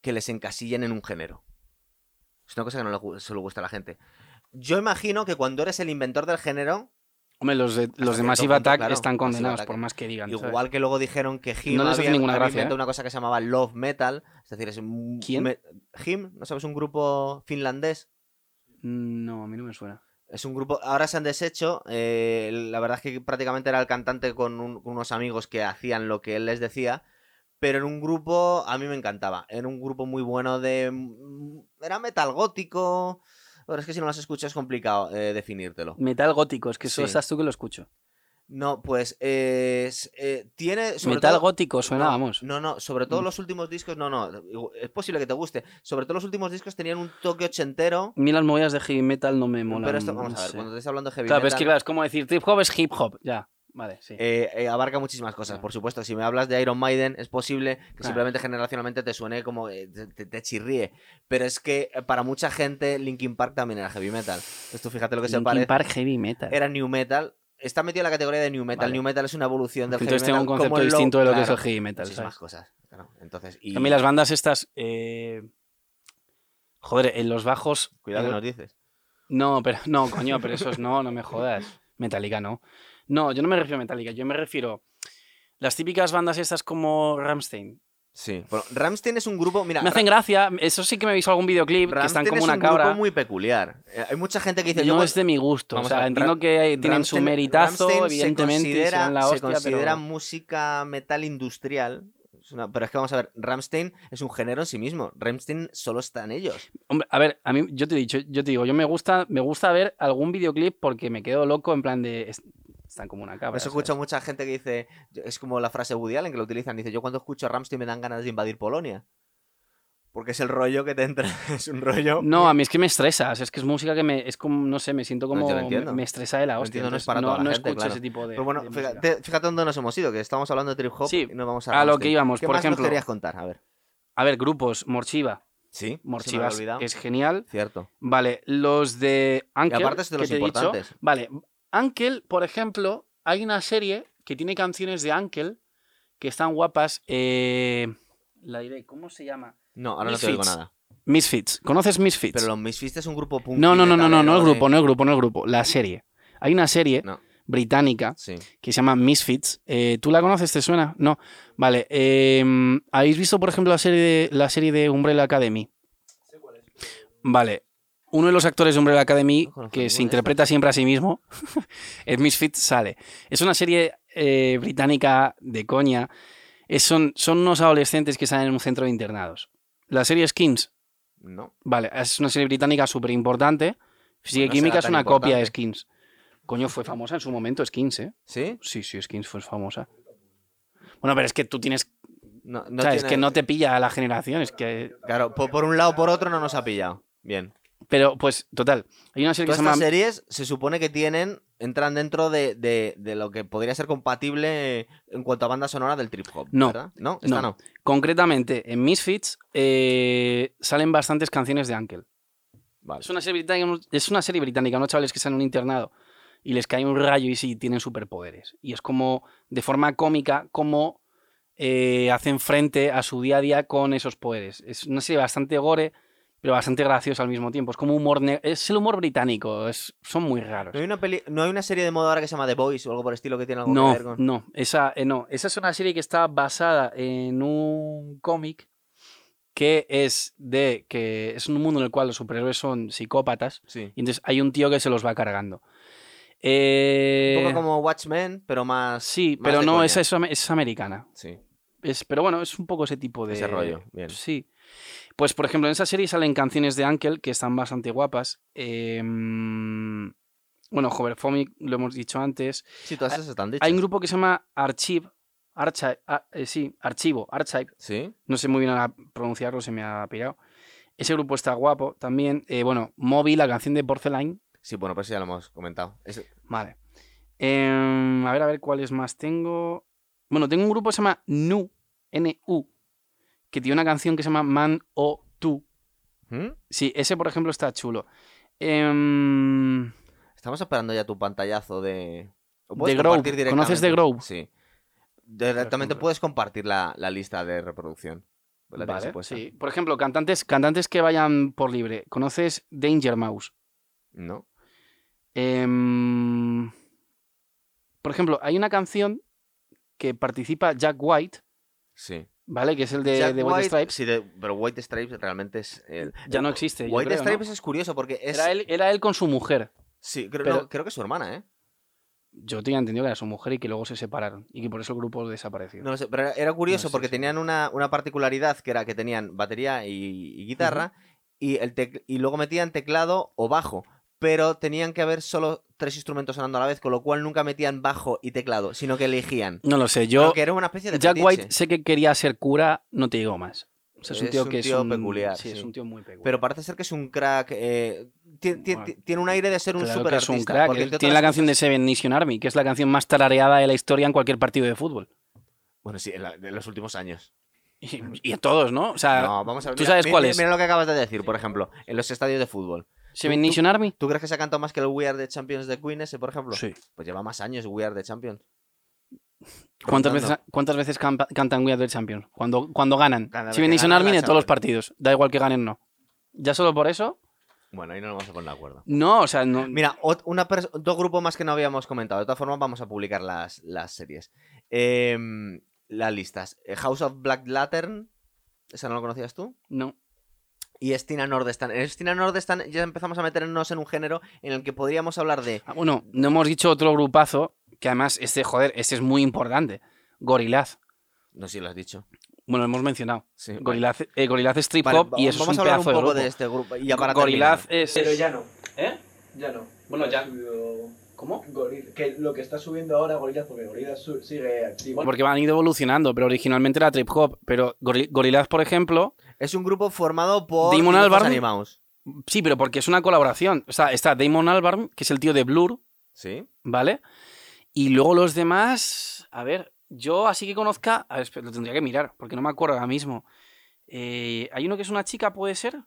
Speaker 1: que les encasillen en un género. Es una cosa que no le gu- suele gustar a la gente. Yo imagino que cuando eres el inventor del género,
Speaker 2: Hombre, los de, los de
Speaker 1: cierto
Speaker 2: Massive
Speaker 1: punto,
Speaker 2: Attack
Speaker 1: claro,
Speaker 2: están
Speaker 1: Massive
Speaker 2: condenados,
Speaker 1: Attack.
Speaker 2: por más que digan. ¿sabes?
Speaker 1: igual que luego dijeron que Jim
Speaker 2: No les hace
Speaker 1: había,
Speaker 2: ninguna
Speaker 1: había
Speaker 2: gracia,
Speaker 1: inventado
Speaker 2: ¿eh?
Speaker 1: una cosa que se llamaba Love Metal, es decir, es un...
Speaker 2: ¿Quién?
Speaker 1: me- Him, ¿no sabes? Un grupo finlandés.
Speaker 2: No, a mí no me suena.
Speaker 1: Es un grupo, ahora se han deshecho, eh, la verdad es que prácticamente era el cantante con, un- con unos amigos que hacían lo que él les decía, pero en un grupo, a mí me encantaba, era un grupo muy bueno de... mm, era metal gótico, pero es que si no las escuchas es complicado eh, definírtelo.
Speaker 2: Metal gótico, es que eso
Speaker 1: Sí.
Speaker 2: estás tú que lo escucho.
Speaker 1: No, pues eh, es- eh, tiene... sobre
Speaker 2: Metal
Speaker 1: todo-
Speaker 2: gótico, suena,
Speaker 1: no,
Speaker 2: vamos.
Speaker 1: No, no, sobre todo
Speaker 2: Mm.
Speaker 1: los últimos discos, no, no, es posible que te guste, sobre todo los últimos discos tenían un toque ochentero,
Speaker 2: Mil las movidas de heavy metal no me molan.
Speaker 1: pero esto, vamos
Speaker 2: no
Speaker 1: a ver,
Speaker 2: sé.
Speaker 1: cuando te estás hablando de heavy
Speaker 2: Claro, pero es
Speaker 1: metal-
Speaker 2: que claro, es como decir trip hop es hip hop, ya. Vale, sí.
Speaker 1: eh, eh, abarca muchísimas cosas.
Speaker 2: Claro.
Speaker 1: Por supuesto, si me hablas de Iron Maiden, es posible que
Speaker 2: Claro.
Speaker 1: simplemente generacionalmente te suene como eh, te, te- te chirríe. Pero es que eh, para mucha gente, Linkin Park también era heavy metal. Entonces tú fíjate lo que se
Speaker 2: Linkin
Speaker 1: parece.
Speaker 2: Park heavy metal.
Speaker 1: Era new metal. Está metido en la categoría de new metal.
Speaker 2: Vale.
Speaker 1: New metal es una evolución del
Speaker 2: Entonces
Speaker 1: heavy metal.
Speaker 2: tengo un concepto
Speaker 1: como el low-
Speaker 2: distinto de lo que
Speaker 1: claro,
Speaker 2: es el heavy metal. ¿sabes?
Speaker 1: Muchísimas cosas. claro. Entonces, y
Speaker 2: A mí las bandas estas. eh, Joder, en los bajos.
Speaker 1: cuidado
Speaker 2: en-
Speaker 1: que nos dices.
Speaker 2: No, pero no, coño, pero esos no, no me jodas. Metallica no. No, yo no me refiero a Metallica, yo me refiero. Las típicas bandas estas como Ramstein.
Speaker 1: Sí. Bueno, Ramstein es un grupo. Mira,
Speaker 2: Me hacen gracia, eso sí que me he visto algún videoclip que están
Speaker 1: Ramstein
Speaker 2: como
Speaker 1: es
Speaker 2: una
Speaker 1: un
Speaker 2: cabra.
Speaker 1: grupo muy peculiar. Eh, hay mucha gente que dice. yo
Speaker 2: no
Speaker 1: cuando-
Speaker 2: es de mi gusto. O
Speaker 1: Vamos
Speaker 2: sea,
Speaker 1: a ver,
Speaker 2: entiendo
Speaker 1: Ram-
Speaker 2: que hay- tienen su
Speaker 1: Rammstein-
Speaker 2: meritazo,
Speaker 1: Rammstein
Speaker 2: evidentemente, y
Speaker 1: Se considera,
Speaker 2: serán la
Speaker 1: se
Speaker 2: hostia,
Speaker 1: considera
Speaker 2: pero...
Speaker 1: música metal industrial. Es una- pero es que vamos a ver, Ramstein es un género en sí mismo. Ramstein solo está en ellos.
Speaker 2: Hombre, a ver, a mí, yo te he dicho, yo te digo, yo me gusta, me gusta ver algún videoclip porque me quedo loco en plan de. "Es- Están como una cabra.
Speaker 1: Por eso
Speaker 2: ¿sabes?
Speaker 1: escucho a mucha gente que dice. Es como la frase Woody Allen que lo utilizan. Dice: Yo cuando escucho a Ramstein me dan ganas de invadir Polonia. Porque es el rollo que te entra. Es un rollo.
Speaker 2: No, a mí es que me estresa. o sea, es que es música que me. Es como, no sé, me siento como.
Speaker 1: yo lo
Speaker 2: me-
Speaker 1: entiendo.
Speaker 2: Me estresa de la
Speaker 1: Lo
Speaker 2: hostia.
Speaker 1: entiendo, no es
Speaker 2: entonces
Speaker 1: para
Speaker 2: no,
Speaker 1: toda la
Speaker 2: no
Speaker 1: gente,
Speaker 2: escucho
Speaker 1: claro.
Speaker 2: ese tipo de.
Speaker 1: Pero bueno,
Speaker 2: de música.
Speaker 1: fíjate, fíjate dónde nos hemos ido, que estamos hablando de trip hop
Speaker 2: Sí,
Speaker 1: y nos vamos a.
Speaker 2: a lo
Speaker 1: Rammstein.
Speaker 2: que íbamos,
Speaker 1: ¿Qué
Speaker 2: Pues, por
Speaker 1: más
Speaker 2: ejemplo.
Speaker 1: nos querías contar? A ver.
Speaker 2: A ver, grupos, Morchiva.
Speaker 1: Sí, se me había
Speaker 2: Morchivas
Speaker 1: olvidado.
Speaker 2: es genial.
Speaker 1: Cierto.
Speaker 2: Vale, los de Ankel.
Speaker 1: aparte es de
Speaker 2: que
Speaker 1: los
Speaker 2: te he dicho.
Speaker 1: importantes.
Speaker 2: Vale, Ankel, por ejemplo, hay una serie que tiene canciones de Ankel que están guapas. eh, la diré, ¿cómo se llama?
Speaker 1: No, ahora no te digo
Speaker 2: Misfits.
Speaker 1: nada.
Speaker 2: Misfits. ¿Conoces Misfits?
Speaker 1: Pero los Misfits es un grupo punk.
Speaker 2: No, no, no, no, no, no el
Speaker 1: metalero,
Speaker 2: grupo,
Speaker 1: ¿eh?
Speaker 2: no el grupo, no el grupo. La serie. Hay una serie
Speaker 1: No.
Speaker 2: británica
Speaker 1: Sí.
Speaker 2: que se llama Misfits. Eh, ¿Tú la conoces? ¿Te suena? No. Vale. eh, ¿Habéis visto, por ejemplo, la serie de, la serie de Umbrella Academy?
Speaker 3: Sé cuál es.
Speaker 2: Vale. Uno de los actores de Umbrella Academy,
Speaker 1: No conozco
Speaker 2: que
Speaker 1: ninguna
Speaker 2: se
Speaker 1: de
Speaker 2: interpreta siempre a sí mismo, es Misfits sale. Es una serie eh, británica de coña. Es- son, son unos adolescentes que están en un centro de internados. La serie Skins,
Speaker 1: No.
Speaker 2: vale, es una serie británica súper importante. Física
Speaker 1: Bueno,
Speaker 2: y Química
Speaker 1: será
Speaker 2: es
Speaker 1: tan
Speaker 2: una copia de
Speaker 1: importante.
Speaker 2: Skins. Coño, fue famosa en su momento Skins, ¿eh?
Speaker 1: ¿Sí?
Speaker 2: Sí, sí, Skins fue famosa. Bueno, pero es que tú tienes...
Speaker 1: No, no
Speaker 2: o sea, es
Speaker 1: tiene-
Speaker 2: que no te pilla a la generación, es que...
Speaker 1: Claro, po- por, un lado por otro no nos ha pillado. Bien.
Speaker 2: Pero, pues, total, hay una serie que
Speaker 1: Todas
Speaker 2: se llama...
Speaker 1: estas series se supone que tienen, entran dentro de, de- de lo que podría ser compatible en cuanto a banda sonora del trip hop.
Speaker 2: No.
Speaker 1: ¿verdad? No, esta no.
Speaker 2: Concretamente, en Misfits eh, salen bastantes canciones de Ankel.
Speaker 1: Vale.
Speaker 2: Es una serie británica, es una serie británica, unos chavales que están en un internado y les cae un rayo y sí, tienen superpoderes. Y es como, de forma cómica, como eh, hacen frente a su día a día con esos poderes. Es una serie bastante gore, pero bastante graciosa al mismo tiempo. Es como humor... ne- Es el humor británico, es- son muy raros.
Speaker 1: ¿No, hay una peli... ¿No hay una serie de moda ahora que se llama The Boys o algo por el estilo que tiene algo que ver
Speaker 2: No,
Speaker 1: con...?
Speaker 2: no, esa, eh, no. Esa es una serie que está basada en un cómic que es de que es un mundo en el cual los superhéroes son psicópatas
Speaker 1: Sí.
Speaker 2: y entonces hay un tío que se los va cargando. Eh,
Speaker 1: Un poco como Watchmen, pero más...
Speaker 2: sí,
Speaker 1: más
Speaker 2: pero
Speaker 1: de
Speaker 2: no,
Speaker 1: coña.
Speaker 2: esa es, am- es americana.
Speaker 1: Sí,
Speaker 2: Es, pero bueno, es un poco ese tipo de
Speaker 1: ese rollo. Bien.
Speaker 2: Sí. Pues por ejemplo, en esa serie salen canciones de Ankel que están bastante guapas. Eh, mm, bueno, Hoverfomic lo hemos dicho antes.
Speaker 1: Sí, todas esas están dichas.
Speaker 2: Ah, Hay un grupo que se llama Archive. Archive, ah, eh, sí, Archivo, Archive.
Speaker 1: Sí.
Speaker 2: No sé muy bien a pronunciarlo, se me ha pirado. Ese grupo está guapo también. Eh, bueno, Moby, la canción de Porcelain.
Speaker 1: Sí, bueno, pero eso ya lo hemos comentado. Es-
Speaker 2: Vale. Em, a ver, a ver cuáles más tengo. Bueno, tengo un grupo que se llama Nu, N-U, que tiene una canción que se llama Man O Tú.
Speaker 1: ¿Mm?
Speaker 2: Sí, ese, por ejemplo, está chulo. Em,
Speaker 1: Estamos esperando ya tu pantallazo de. ¿O
Speaker 2: De Grove. ¿Conoces de Grove?
Speaker 1: Sí. Directamente
Speaker 2: ejemplo.
Speaker 1: puedes compartir la, la lista de reproducción. Pues la tienes
Speaker 2: vale,
Speaker 1: puesta.
Speaker 2: sí. Por ejemplo, cantantes, cantantes que vayan por libre. ¿Conoces Danger Mouse?
Speaker 1: ¿No?
Speaker 2: Em, por ejemplo, hay una canción que participa Jack White,
Speaker 1: Sí.
Speaker 2: ¿vale? Que es el de,
Speaker 1: Jack
Speaker 2: de White, Stripes.
Speaker 1: sí, de- pero White Stripes realmente es. el-
Speaker 2: Ya no existe. yo
Speaker 1: eh, White
Speaker 2: creo, ¿no?
Speaker 1: Stripes es curioso porque es.
Speaker 2: Era, él, era él con su mujer.
Speaker 1: Sí, creo,
Speaker 2: pero-
Speaker 1: no, creo que es su hermana, ¿eh?
Speaker 2: Yo tenía entendido que era su mujer y que luego se separaron y que por eso el grupo desapareció.
Speaker 1: No lo sé, pero era- era curioso
Speaker 2: sé,
Speaker 1: porque
Speaker 2: sí.
Speaker 1: tenían una, una particularidad que era que tenían batería y, y guitarra y, el tec- y luego metían teclado o bajo, pero tenían que haber solo tres instrumentos sonando a la vez, con lo cual nunca metían bajo y teclado, sino que elegían.
Speaker 2: No lo sé,
Speaker 1: Creo
Speaker 2: yo
Speaker 1: que era una especie de
Speaker 2: Jack
Speaker 1: fetiche,
Speaker 2: White sé que quería ser cura, no te digo más. O sea, es un
Speaker 1: Es
Speaker 2: tío
Speaker 1: un
Speaker 2: que
Speaker 1: tío
Speaker 2: es un,
Speaker 1: peculiar,
Speaker 2: sí, es
Speaker 1: sí.
Speaker 2: un tío muy peculiar.
Speaker 1: pero parece ser que es un crack. eh, ti- ti-
Speaker 2: Bueno,
Speaker 1: ti- tiene un aire de ser un
Speaker 2: Claro
Speaker 1: super
Speaker 2: que es un
Speaker 1: artista,
Speaker 2: crack.
Speaker 1: porque,
Speaker 2: Él
Speaker 1: entre
Speaker 2: tiene la
Speaker 1: otras
Speaker 2: canción de
Speaker 1: cosas-
Speaker 2: Seven Nation Army, que es la canción más tarareada de la historia en cualquier partido de fútbol.
Speaker 1: Bueno, sí, en, la- en los últimos años.
Speaker 2: Y, y en todos, ¿no? O sea,
Speaker 1: no, vamos a ver.
Speaker 2: Ah, ¿tú sabes
Speaker 1: mira,
Speaker 2: cuál
Speaker 1: mira-
Speaker 2: es?
Speaker 1: Mira lo que acabas de decir, por ejemplo, en los estadios de fútbol.
Speaker 2: Seven
Speaker 1: tú- tú-
Speaker 2: Nation Army.
Speaker 1: ¿Tú crees que se ha cantado más que el We Are the Champions de Queen ese, por ejemplo?
Speaker 2: Sí.
Speaker 1: Pues lleva más años We Are the Champions. Rondando.
Speaker 2: ¿Cuántas veces, cuántas veces campa- cantan We Are the Champions? Cuando, cuando ganan.
Speaker 1: Cada vez
Speaker 2: Seven
Speaker 1: que
Speaker 2: Nation
Speaker 1: ganan
Speaker 2: Army
Speaker 1: la
Speaker 2: de todos los
Speaker 1: Champions.
Speaker 2: partidos. Da igual que ganen, no. Ya solo por eso.
Speaker 1: Bueno, ahí no nos vamos a poner de acuerdo.
Speaker 2: No, o sea, no.
Speaker 1: Mira, ot- una pers- dos grupos más que no habíamos comentado. De todas formas, vamos a publicar las, las series. Em, las listas. Eh, House of Black Lantern. ¿Esa no la conocías tú?
Speaker 2: no.
Speaker 1: Y Estina Nordestan. En Estina Nordestan ya empezamos a meternos en un género en el que podríamos hablar de.
Speaker 2: Ah, bueno, no hemos dicho otro grupazo, que además, este, joder, este es muy importante. Gorilaz.
Speaker 1: No sé si lo has dicho.
Speaker 2: Bueno, lo hemos mencionado.
Speaker 1: Sí, vale.
Speaker 2: Gorilaz, eh, Gorillaz es trip
Speaker 1: Vale,
Speaker 2: hop y
Speaker 1: va-
Speaker 2: eso
Speaker 1: vamos
Speaker 2: es
Speaker 1: a
Speaker 2: un
Speaker 1: hablar un
Speaker 2: pedazo
Speaker 1: poco
Speaker 2: de
Speaker 1: de
Speaker 2: grupo.
Speaker 1: este grupo. Y ya para
Speaker 2: Gorilaz
Speaker 1: terminar.
Speaker 2: es...
Speaker 3: Pero ya no,
Speaker 2: ¿Eh?
Speaker 3: ya no.
Speaker 2: Bueno,
Speaker 3: Ha
Speaker 2: ya.
Speaker 3: subido
Speaker 2: ¿Cómo?
Speaker 3: Goril- que lo que está subiendo ahora Gorillaz, porque Gorillaz su- sigue activo.
Speaker 2: Porque van a ir evolucionando, pero originalmente era trip hop. Pero Goril- Gorillaz, por ejemplo,
Speaker 1: Es un grupo formado por.
Speaker 2: Damon
Speaker 1: dibujos
Speaker 2: Albarn.
Speaker 1: animados.
Speaker 2: sí, pero porque es una colaboración. O sea, está Damon Albarn, que es el tío de Blur,
Speaker 1: Sí.
Speaker 2: ¿vale? Y luego los demás, a ver, yo así que conozca, a ver, espera, lo tendría que mirar, porque no me acuerdo ahora mismo. Eh, ¿Hay uno que es una chica, puede ser?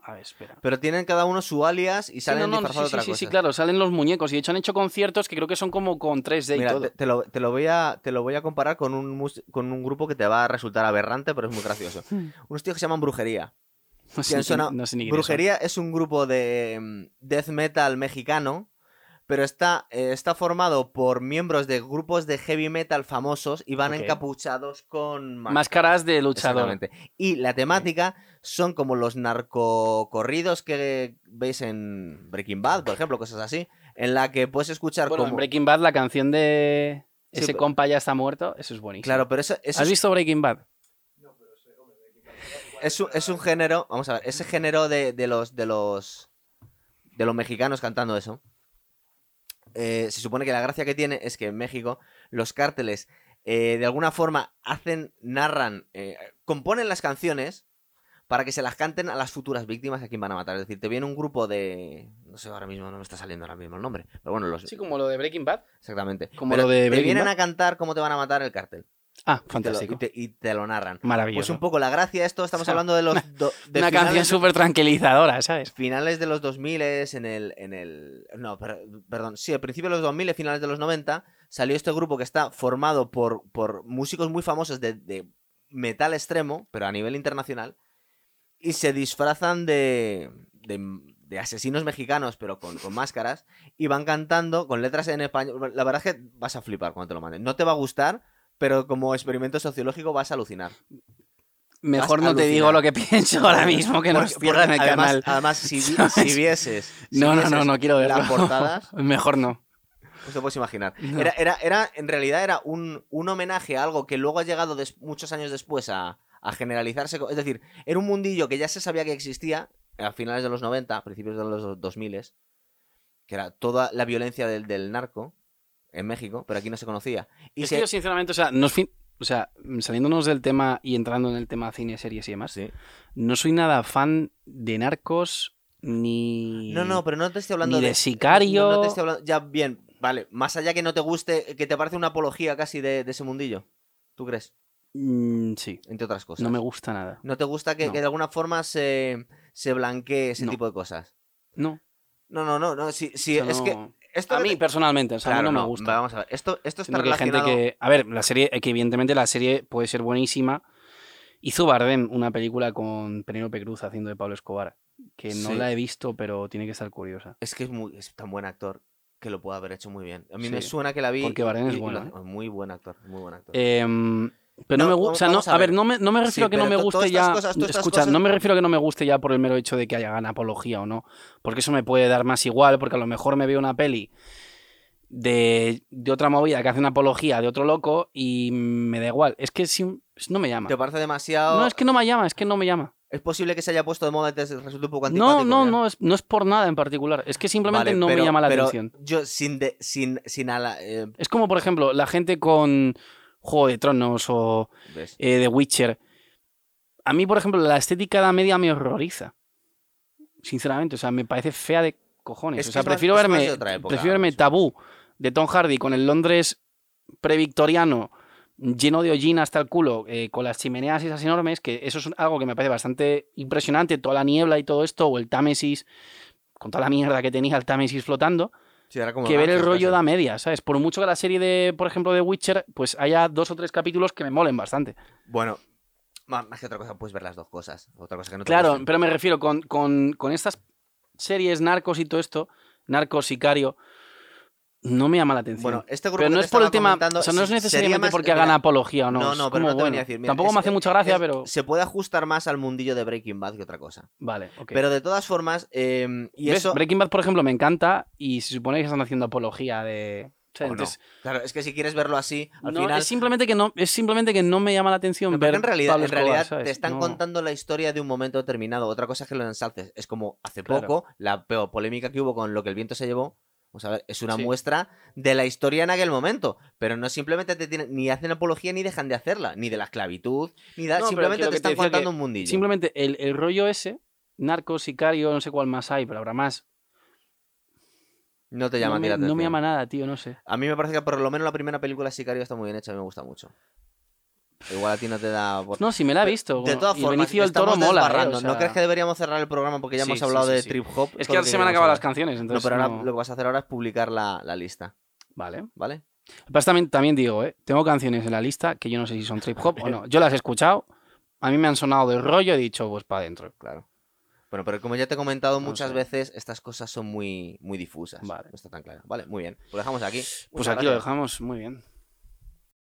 Speaker 2: A ver, espera.
Speaker 1: Pero tienen cada uno su alias y
Speaker 2: Sí,
Speaker 1: salen
Speaker 2: no, no,
Speaker 1: disfrazados
Speaker 2: sí,
Speaker 1: de
Speaker 2: sí,
Speaker 1: otra
Speaker 2: sí, sí,
Speaker 1: cosa.
Speaker 2: claro, salen los muñecos y de hecho han hecho conciertos que creo que son como con 3D y
Speaker 1: Mira,
Speaker 2: todo.
Speaker 1: te, te lo, te lo voy a, te lo voy a comparar con un, mus- con un grupo que te va a resultar aberrante, pero es muy gracioso. Unos tíos que se llaman Brujería. que
Speaker 2: No sé,
Speaker 1: han sonado-
Speaker 2: ni, no sé ni quiénes son.
Speaker 1: Brujería es un grupo de mm, death metal mexicano, pero está, eh, está formado por miembros de grupos de heavy metal famosos y van
Speaker 2: Ok.
Speaker 1: encapuchados con máscaras.
Speaker 2: Máscaras de luchador.
Speaker 1: Exactamente. Y la temática son como los narcocorridos que veis en Breaking Bad, por ejemplo, cosas así, en la que puedes escuchar
Speaker 2: Bueno, en
Speaker 1: como...
Speaker 2: Breaking Bad la canción de
Speaker 1: Sí,
Speaker 2: ese
Speaker 1: pero-
Speaker 2: compa ya está muerto, eso es buenísimo.
Speaker 1: Claro, pero eso, eso
Speaker 2: ¿Has
Speaker 1: es
Speaker 2: visto Breaking Bad?
Speaker 1: es un, es un género, vamos a ver, ese género de, de los de los de los mexicanos cantando eso. eh, se supone que la gracia que tiene es que en México los cárteles eh, de alguna forma hacen, narran, eh, componen las canciones para que se las canten a las futuras víctimas a quien van a matar. Es decir, te viene un grupo de. No sé ahora mismo, no me está saliendo ahora mismo el nombre. Pero bueno, los.
Speaker 2: Sí, como lo de Breaking Bad.
Speaker 1: Exactamente.
Speaker 2: como
Speaker 1: Pero
Speaker 2: lo de
Speaker 1: te
Speaker 2: Breaking
Speaker 1: vienen
Speaker 2: Bad.
Speaker 1: a cantar cómo te van a matar el cártel.
Speaker 2: Ah,
Speaker 1: Y te lo-
Speaker 2: fantástico.
Speaker 1: y te- y te lo narran. Pues
Speaker 2: Maravilloso.
Speaker 1: un poco la gracia, esto estamos
Speaker 2: O sea,
Speaker 1: hablando de los. do- de
Speaker 2: Una canción
Speaker 1: finales de-
Speaker 2: súper tranquilizadora, ¿sabes?
Speaker 1: finales de los 2000 en el en el no per- perdón sí al principio de los 2000 finales de los 90 salió este grupo que está formado por, por músicos muy famosos de, de metal extremo pero a nivel internacional y se disfrazan de de, de asesinos mexicanos pero con, con máscaras y van cantando con letras en español la verdad es que vas a flipar cuando te lo manden no te va a gustar pero como experimento sociológico vas a alucinar
Speaker 2: Mejor
Speaker 1: Vas a
Speaker 2: no te
Speaker 1: alucinar.
Speaker 2: digo lo que pienso ahora mismo, que nos
Speaker 1: Porque-
Speaker 2: cierran el
Speaker 1: porque además,
Speaker 2: canal.
Speaker 1: además si, vi-
Speaker 2: ¿Sabes?
Speaker 1: si vieses si
Speaker 2: No, no,
Speaker 1: vieses
Speaker 2: no, no quiero verlo.
Speaker 1: las portadas
Speaker 2: Mejor no.
Speaker 1: Pues te puedes imaginar.
Speaker 2: No.
Speaker 1: Era, era, era, en realidad era un, un homenaje a algo que luego ha llegado des- muchos años después a, a generalizarse. co- Es decir, era un mundillo que ya se sabía que existía a finales de los 90, a principios de los 2000, que era toda la violencia del, del narco en México, pero aquí no se conocía. Y
Speaker 2: es
Speaker 1: se-
Speaker 2: que yo, sinceramente, o sea, no es fin- o sea, saliéndonos del tema y entrando en el tema cine, series y demás,
Speaker 1: Sí.
Speaker 2: no soy nada fan de narcos ni.
Speaker 1: No, no, pero no te estoy hablando
Speaker 2: ni de
Speaker 1: de
Speaker 2: sicario.
Speaker 1: No, no te estoy hablando. Ya, bien, vale. Más allá que no te guste, que te parece una apología casi de, de ese mundillo. ¿Tú crees?
Speaker 2: Mm, sí,
Speaker 1: Entre otras cosas.
Speaker 2: no me gusta nada.
Speaker 1: ¿No te gusta que,
Speaker 2: No.
Speaker 1: que de alguna forma se, se blanquee ese
Speaker 2: No.
Speaker 1: tipo de cosas?
Speaker 2: No.
Speaker 1: No, no, no, no. Sí, sí,
Speaker 2: o sea,
Speaker 1: es
Speaker 2: no-
Speaker 1: que. Esto
Speaker 2: A
Speaker 1: que
Speaker 2: mí
Speaker 1: te-
Speaker 2: personalmente, o sea, a mí
Speaker 1: Claro,
Speaker 2: no,
Speaker 1: no,
Speaker 2: me gusta.
Speaker 1: Vamos a ver. Esto, esto está
Speaker 2: Siento que hay gente
Speaker 1: relacionado.
Speaker 2: que. A ver, la serie, eh, que evidentemente la serie puede ser buenísima. Hizo Bardem una película con Penélope Cruz haciendo de Pablo Escobar, que no
Speaker 1: Sí.
Speaker 2: la he visto, pero tiene que estar curiosa.
Speaker 1: Es que es, muy, es tan buen actor que lo puede haber hecho muy bien. A mí me
Speaker 2: Sí,
Speaker 1: suena que la vi.
Speaker 2: porque
Speaker 1: y-
Speaker 2: Bardem es
Speaker 1: y- y
Speaker 2: bueno, ¿eh?
Speaker 1: lo- Muy buen actor, muy buen actor.
Speaker 2: Em, pero no,
Speaker 1: No,
Speaker 2: me
Speaker 1: vamos-
Speaker 2: gusta, o sea, no,
Speaker 1: vamos a
Speaker 2: a ver,
Speaker 1: ver.
Speaker 2: no me, no me
Speaker 1: Sí,
Speaker 2: refiero a que no
Speaker 1: pero
Speaker 2: me
Speaker 1: to-
Speaker 2: guste
Speaker 1: todas estas
Speaker 2: ya.
Speaker 1: cosas- todas estas
Speaker 2: escucha,
Speaker 1: cosas-
Speaker 2: no me refiero a que no me guste ya por el mero hecho de que hagan apología o no. Porque eso me puede dar más igual, porque a lo mejor me veo una peli de, de otra movida que hace una apología de otro loco y me da igual. Es que sí- no me llama.
Speaker 1: ¿Te parece demasiado.?
Speaker 2: No, es que no me llama, es que no me llama.
Speaker 1: Es posible que se haya puesto de moda y te resulte un poco antipático.
Speaker 2: No, no,
Speaker 1: mira.
Speaker 2: no es, no es por nada en particular. Es que simplemente
Speaker 1: Vale,
Speaker 2: no
Speaker 1: pero-
Speaker 2: me llama la
Speaker 1: pero
Speaker 2: atención.
Speaker 1: Yo, sin. de- sin, sin ala, eh,
Speaker 2: Es como, por ejemplo, la gente con Juego de Tronos o
Speaker 1: ¿ves?
Speaker 2: eh, The Witcher. A mí, por ejemplo, la estética de la media me horroriza. Sinceramente, o sea, me parece fea de cojones.
Speaker 1: Es
Speaker 2: o
Speaker 1: que
Speaker 2: sea,
Speaker 1: es más-
Speaker 2: prefiero
Speaker 1: es más
Speaker 2: verme,
Speaker 1: de otra época,
Speaker 2: prefiero verme
Speaker 1: Alonso.
Speaker 2: Tabú de Tom Hardy con el Londres previctoriano lleno de hollín hasta el culo, eh, con las chimeneas esas enormes, que eso es algo que me parece bastante impresionante, toda la niebla y todo esto, o el Támesis, con toda la mierda que tenía el Támesis flotando,
Speaker 1: Sí, era como
Speaker 2: que ver el
Speaker 1: Ramses,
Speaker 2: rollo
Speaker 1: casi.
Speaker 2: da media, ¿sabes? Por mucho que la serie de, por ejemplo, de Witcher, pues haya dos o tres capítulos que me molen bastante.
Speaker 1: Bueno, ma- más que otra cosa, puedes ver las dos cosas. Otra cosa que no te
Speaker 2: Claro,
Speaker 1: gusten.
Speaker 2: pero me refiero con, con- con estas series narcos y todo esto, narcos, sicario, no me llama la atención.
Speaker 1: Bueno, este grupo
Speaker 2: pero
Speaker 1: que
Speaker 2: no
Speaker 1: te
Speaker 2: es por el
Speaker 1: estaba
Speaker 2: tema,
Speaker 1: comentando,
Speaker 2: o sea, no
Speaker 1: sí,
Speaker 2: es
Speaker 1: sería
Speaker 2: necesariamente
Speaker 1: más-
Speaker 2: porque hagan
Speaker 1: mira,
Speaker 2: apología o no.
Speaker 1: No,
Speaker 2: es
Speaker 1: no, pero
Speaker 2: como,
Speaker 1: no te
Speaker 2: bueno,
Speaker 1: voy a decir. mira,
Speaker 2: tampoco
Speaker 1: es-
Speaker 2: me hace mucha
Speaker 1: es-
Speaker 2: gracia,
Speaker 1: es-
Speaker 2: pero
Speaker 1: Se puede ajustar más al mundillo de Breaking Bad que otra cosa.
Speaker 2: vale, ok.
Speaker 1: Pero de todas formas, eh, y
Speaker 2: ¿Ves?
Speaker 1: eso.
Speaker 2: Breaking Bad, por ejemplo, me encanta y se supone que están haciendo apología de... o sea,
Speaker 1: o no.
Speaker 2: entonces,
Speaker 1: Claro, es que si quieres verlo así, al
Speaker 2: no,
Speaker 1: final.
Speaker 2: es simplemente que no es simplemente que no me llama la atención
Speaker 1: No,
Speaker 2: ver
Speaker 1: porque en realidad,
Speaker 2: Pablo
Speaker 1: en
Speaker 2: Escobar,
Speaker 1: realidad
Speaker 2: ¿sabes?
Speaker 1: te están
Speaker 2: No.
Speaker 1: contando la historia de un momento determinado. Otra cosa es que lo ensalces. Es como hace
Speaker 2: Claro.
Speaker 1: poco, la peor polémica que hubo con lo que el viento se llevó. Vamos a ver, es una
Speaker 2: Sí.
Speaker 1: muestra de la historia en aquel momento. Pero no simplemente te tienen, ni hacen apología ni dejan de hacerla. Ni de la esclavitud, ni da-
Speaker 2: No, pero que
Speaker 1: simplemente te
Speaker 2: lo que te
Speaker 1: están
Speaker 2: decía
Speaker 1: contando
Speaker 2: que
Speaker 1: un mundillo.
Speaker 2: Simplemente el, el rollo ese, narco, sicario, no sé cuál más hay, pero habrá más.
Speaker 1: No te llama a
Speaker 2: no,
Speaker 1: ti
Speaker 2: me,
Speaker 1: la
Speaker 2: no me
Speaker 1: atención.
Speaker 2: llama nada, tío, no sé.
Speaker 1: A mí me parece que por lo menos la primera película Sicario está muy bien hecha, a mí me gusta mucho. Igual a ti no te da... por-
Speaker 2: Pues No, si me la he visto.
Speaker 1: de
Speaker 2: bueno,
Speaker 1: todas
Speaker 2: y
Speaker 1: formas,
Speaker 2: Benicio del Toro
Speaker 1: estamos
Speaker 2: mola. eh,
Speaker 1: desbarrando.
Speaker 2: o sea,
Speaker 1: ¿No crees que deberíamos cerrar el programa porque ya
Speaker 2: Sí,
Speaker 1: hemos
Speaker 2: sí,
Speaker 1: hablado
Speaker 2: sí,
Speaker 1: de
Speaker 2: sí.
Speaker 1: trip hop?
Speaker 2: Es
Speaker 1: todo
Speaker 2: que
Speaker 1: lo
Speaker 2: ahora se me han
Speaker 1: queríamos
Speaker 2: acabado las
Speaker 1: hablar?
Speaker 2: canciones,
Speaker 1: No,
Speaker 2: entonces.
Speaker 1: pero ahora
Speaker 2: no-
Speaker 1: lo que vas a hacer ahora es publicar la, la lista,
Speaker 2: Vale.
Speaker 1: ¿vale?
Speaker 2: Pero también, también digo, ¿eh? tengo canciones en la lista que yo no sé si son trip hop o no. Yo las he escuchado, a mí me han sonado de rollo, he dicho, pues para adentro.
Speaker 1: Claro. Bueno, pero como ya te he comentado
Speaker 2: No
Speaker 1: muchas
Speaker 2: sé.
Speaker 1: veces, estas cosas son muy, muy difusas.
Speaker 2: Vale.
Speaker 1: No está tan claro. Vale, muy bien. Lo dejamos aquí.
Speaker 2: Pues
Speaker 1: Muchas
Speaker 2: aquí lo
Speaker 1: gracias.
Speaker 2: dejamos muy bien.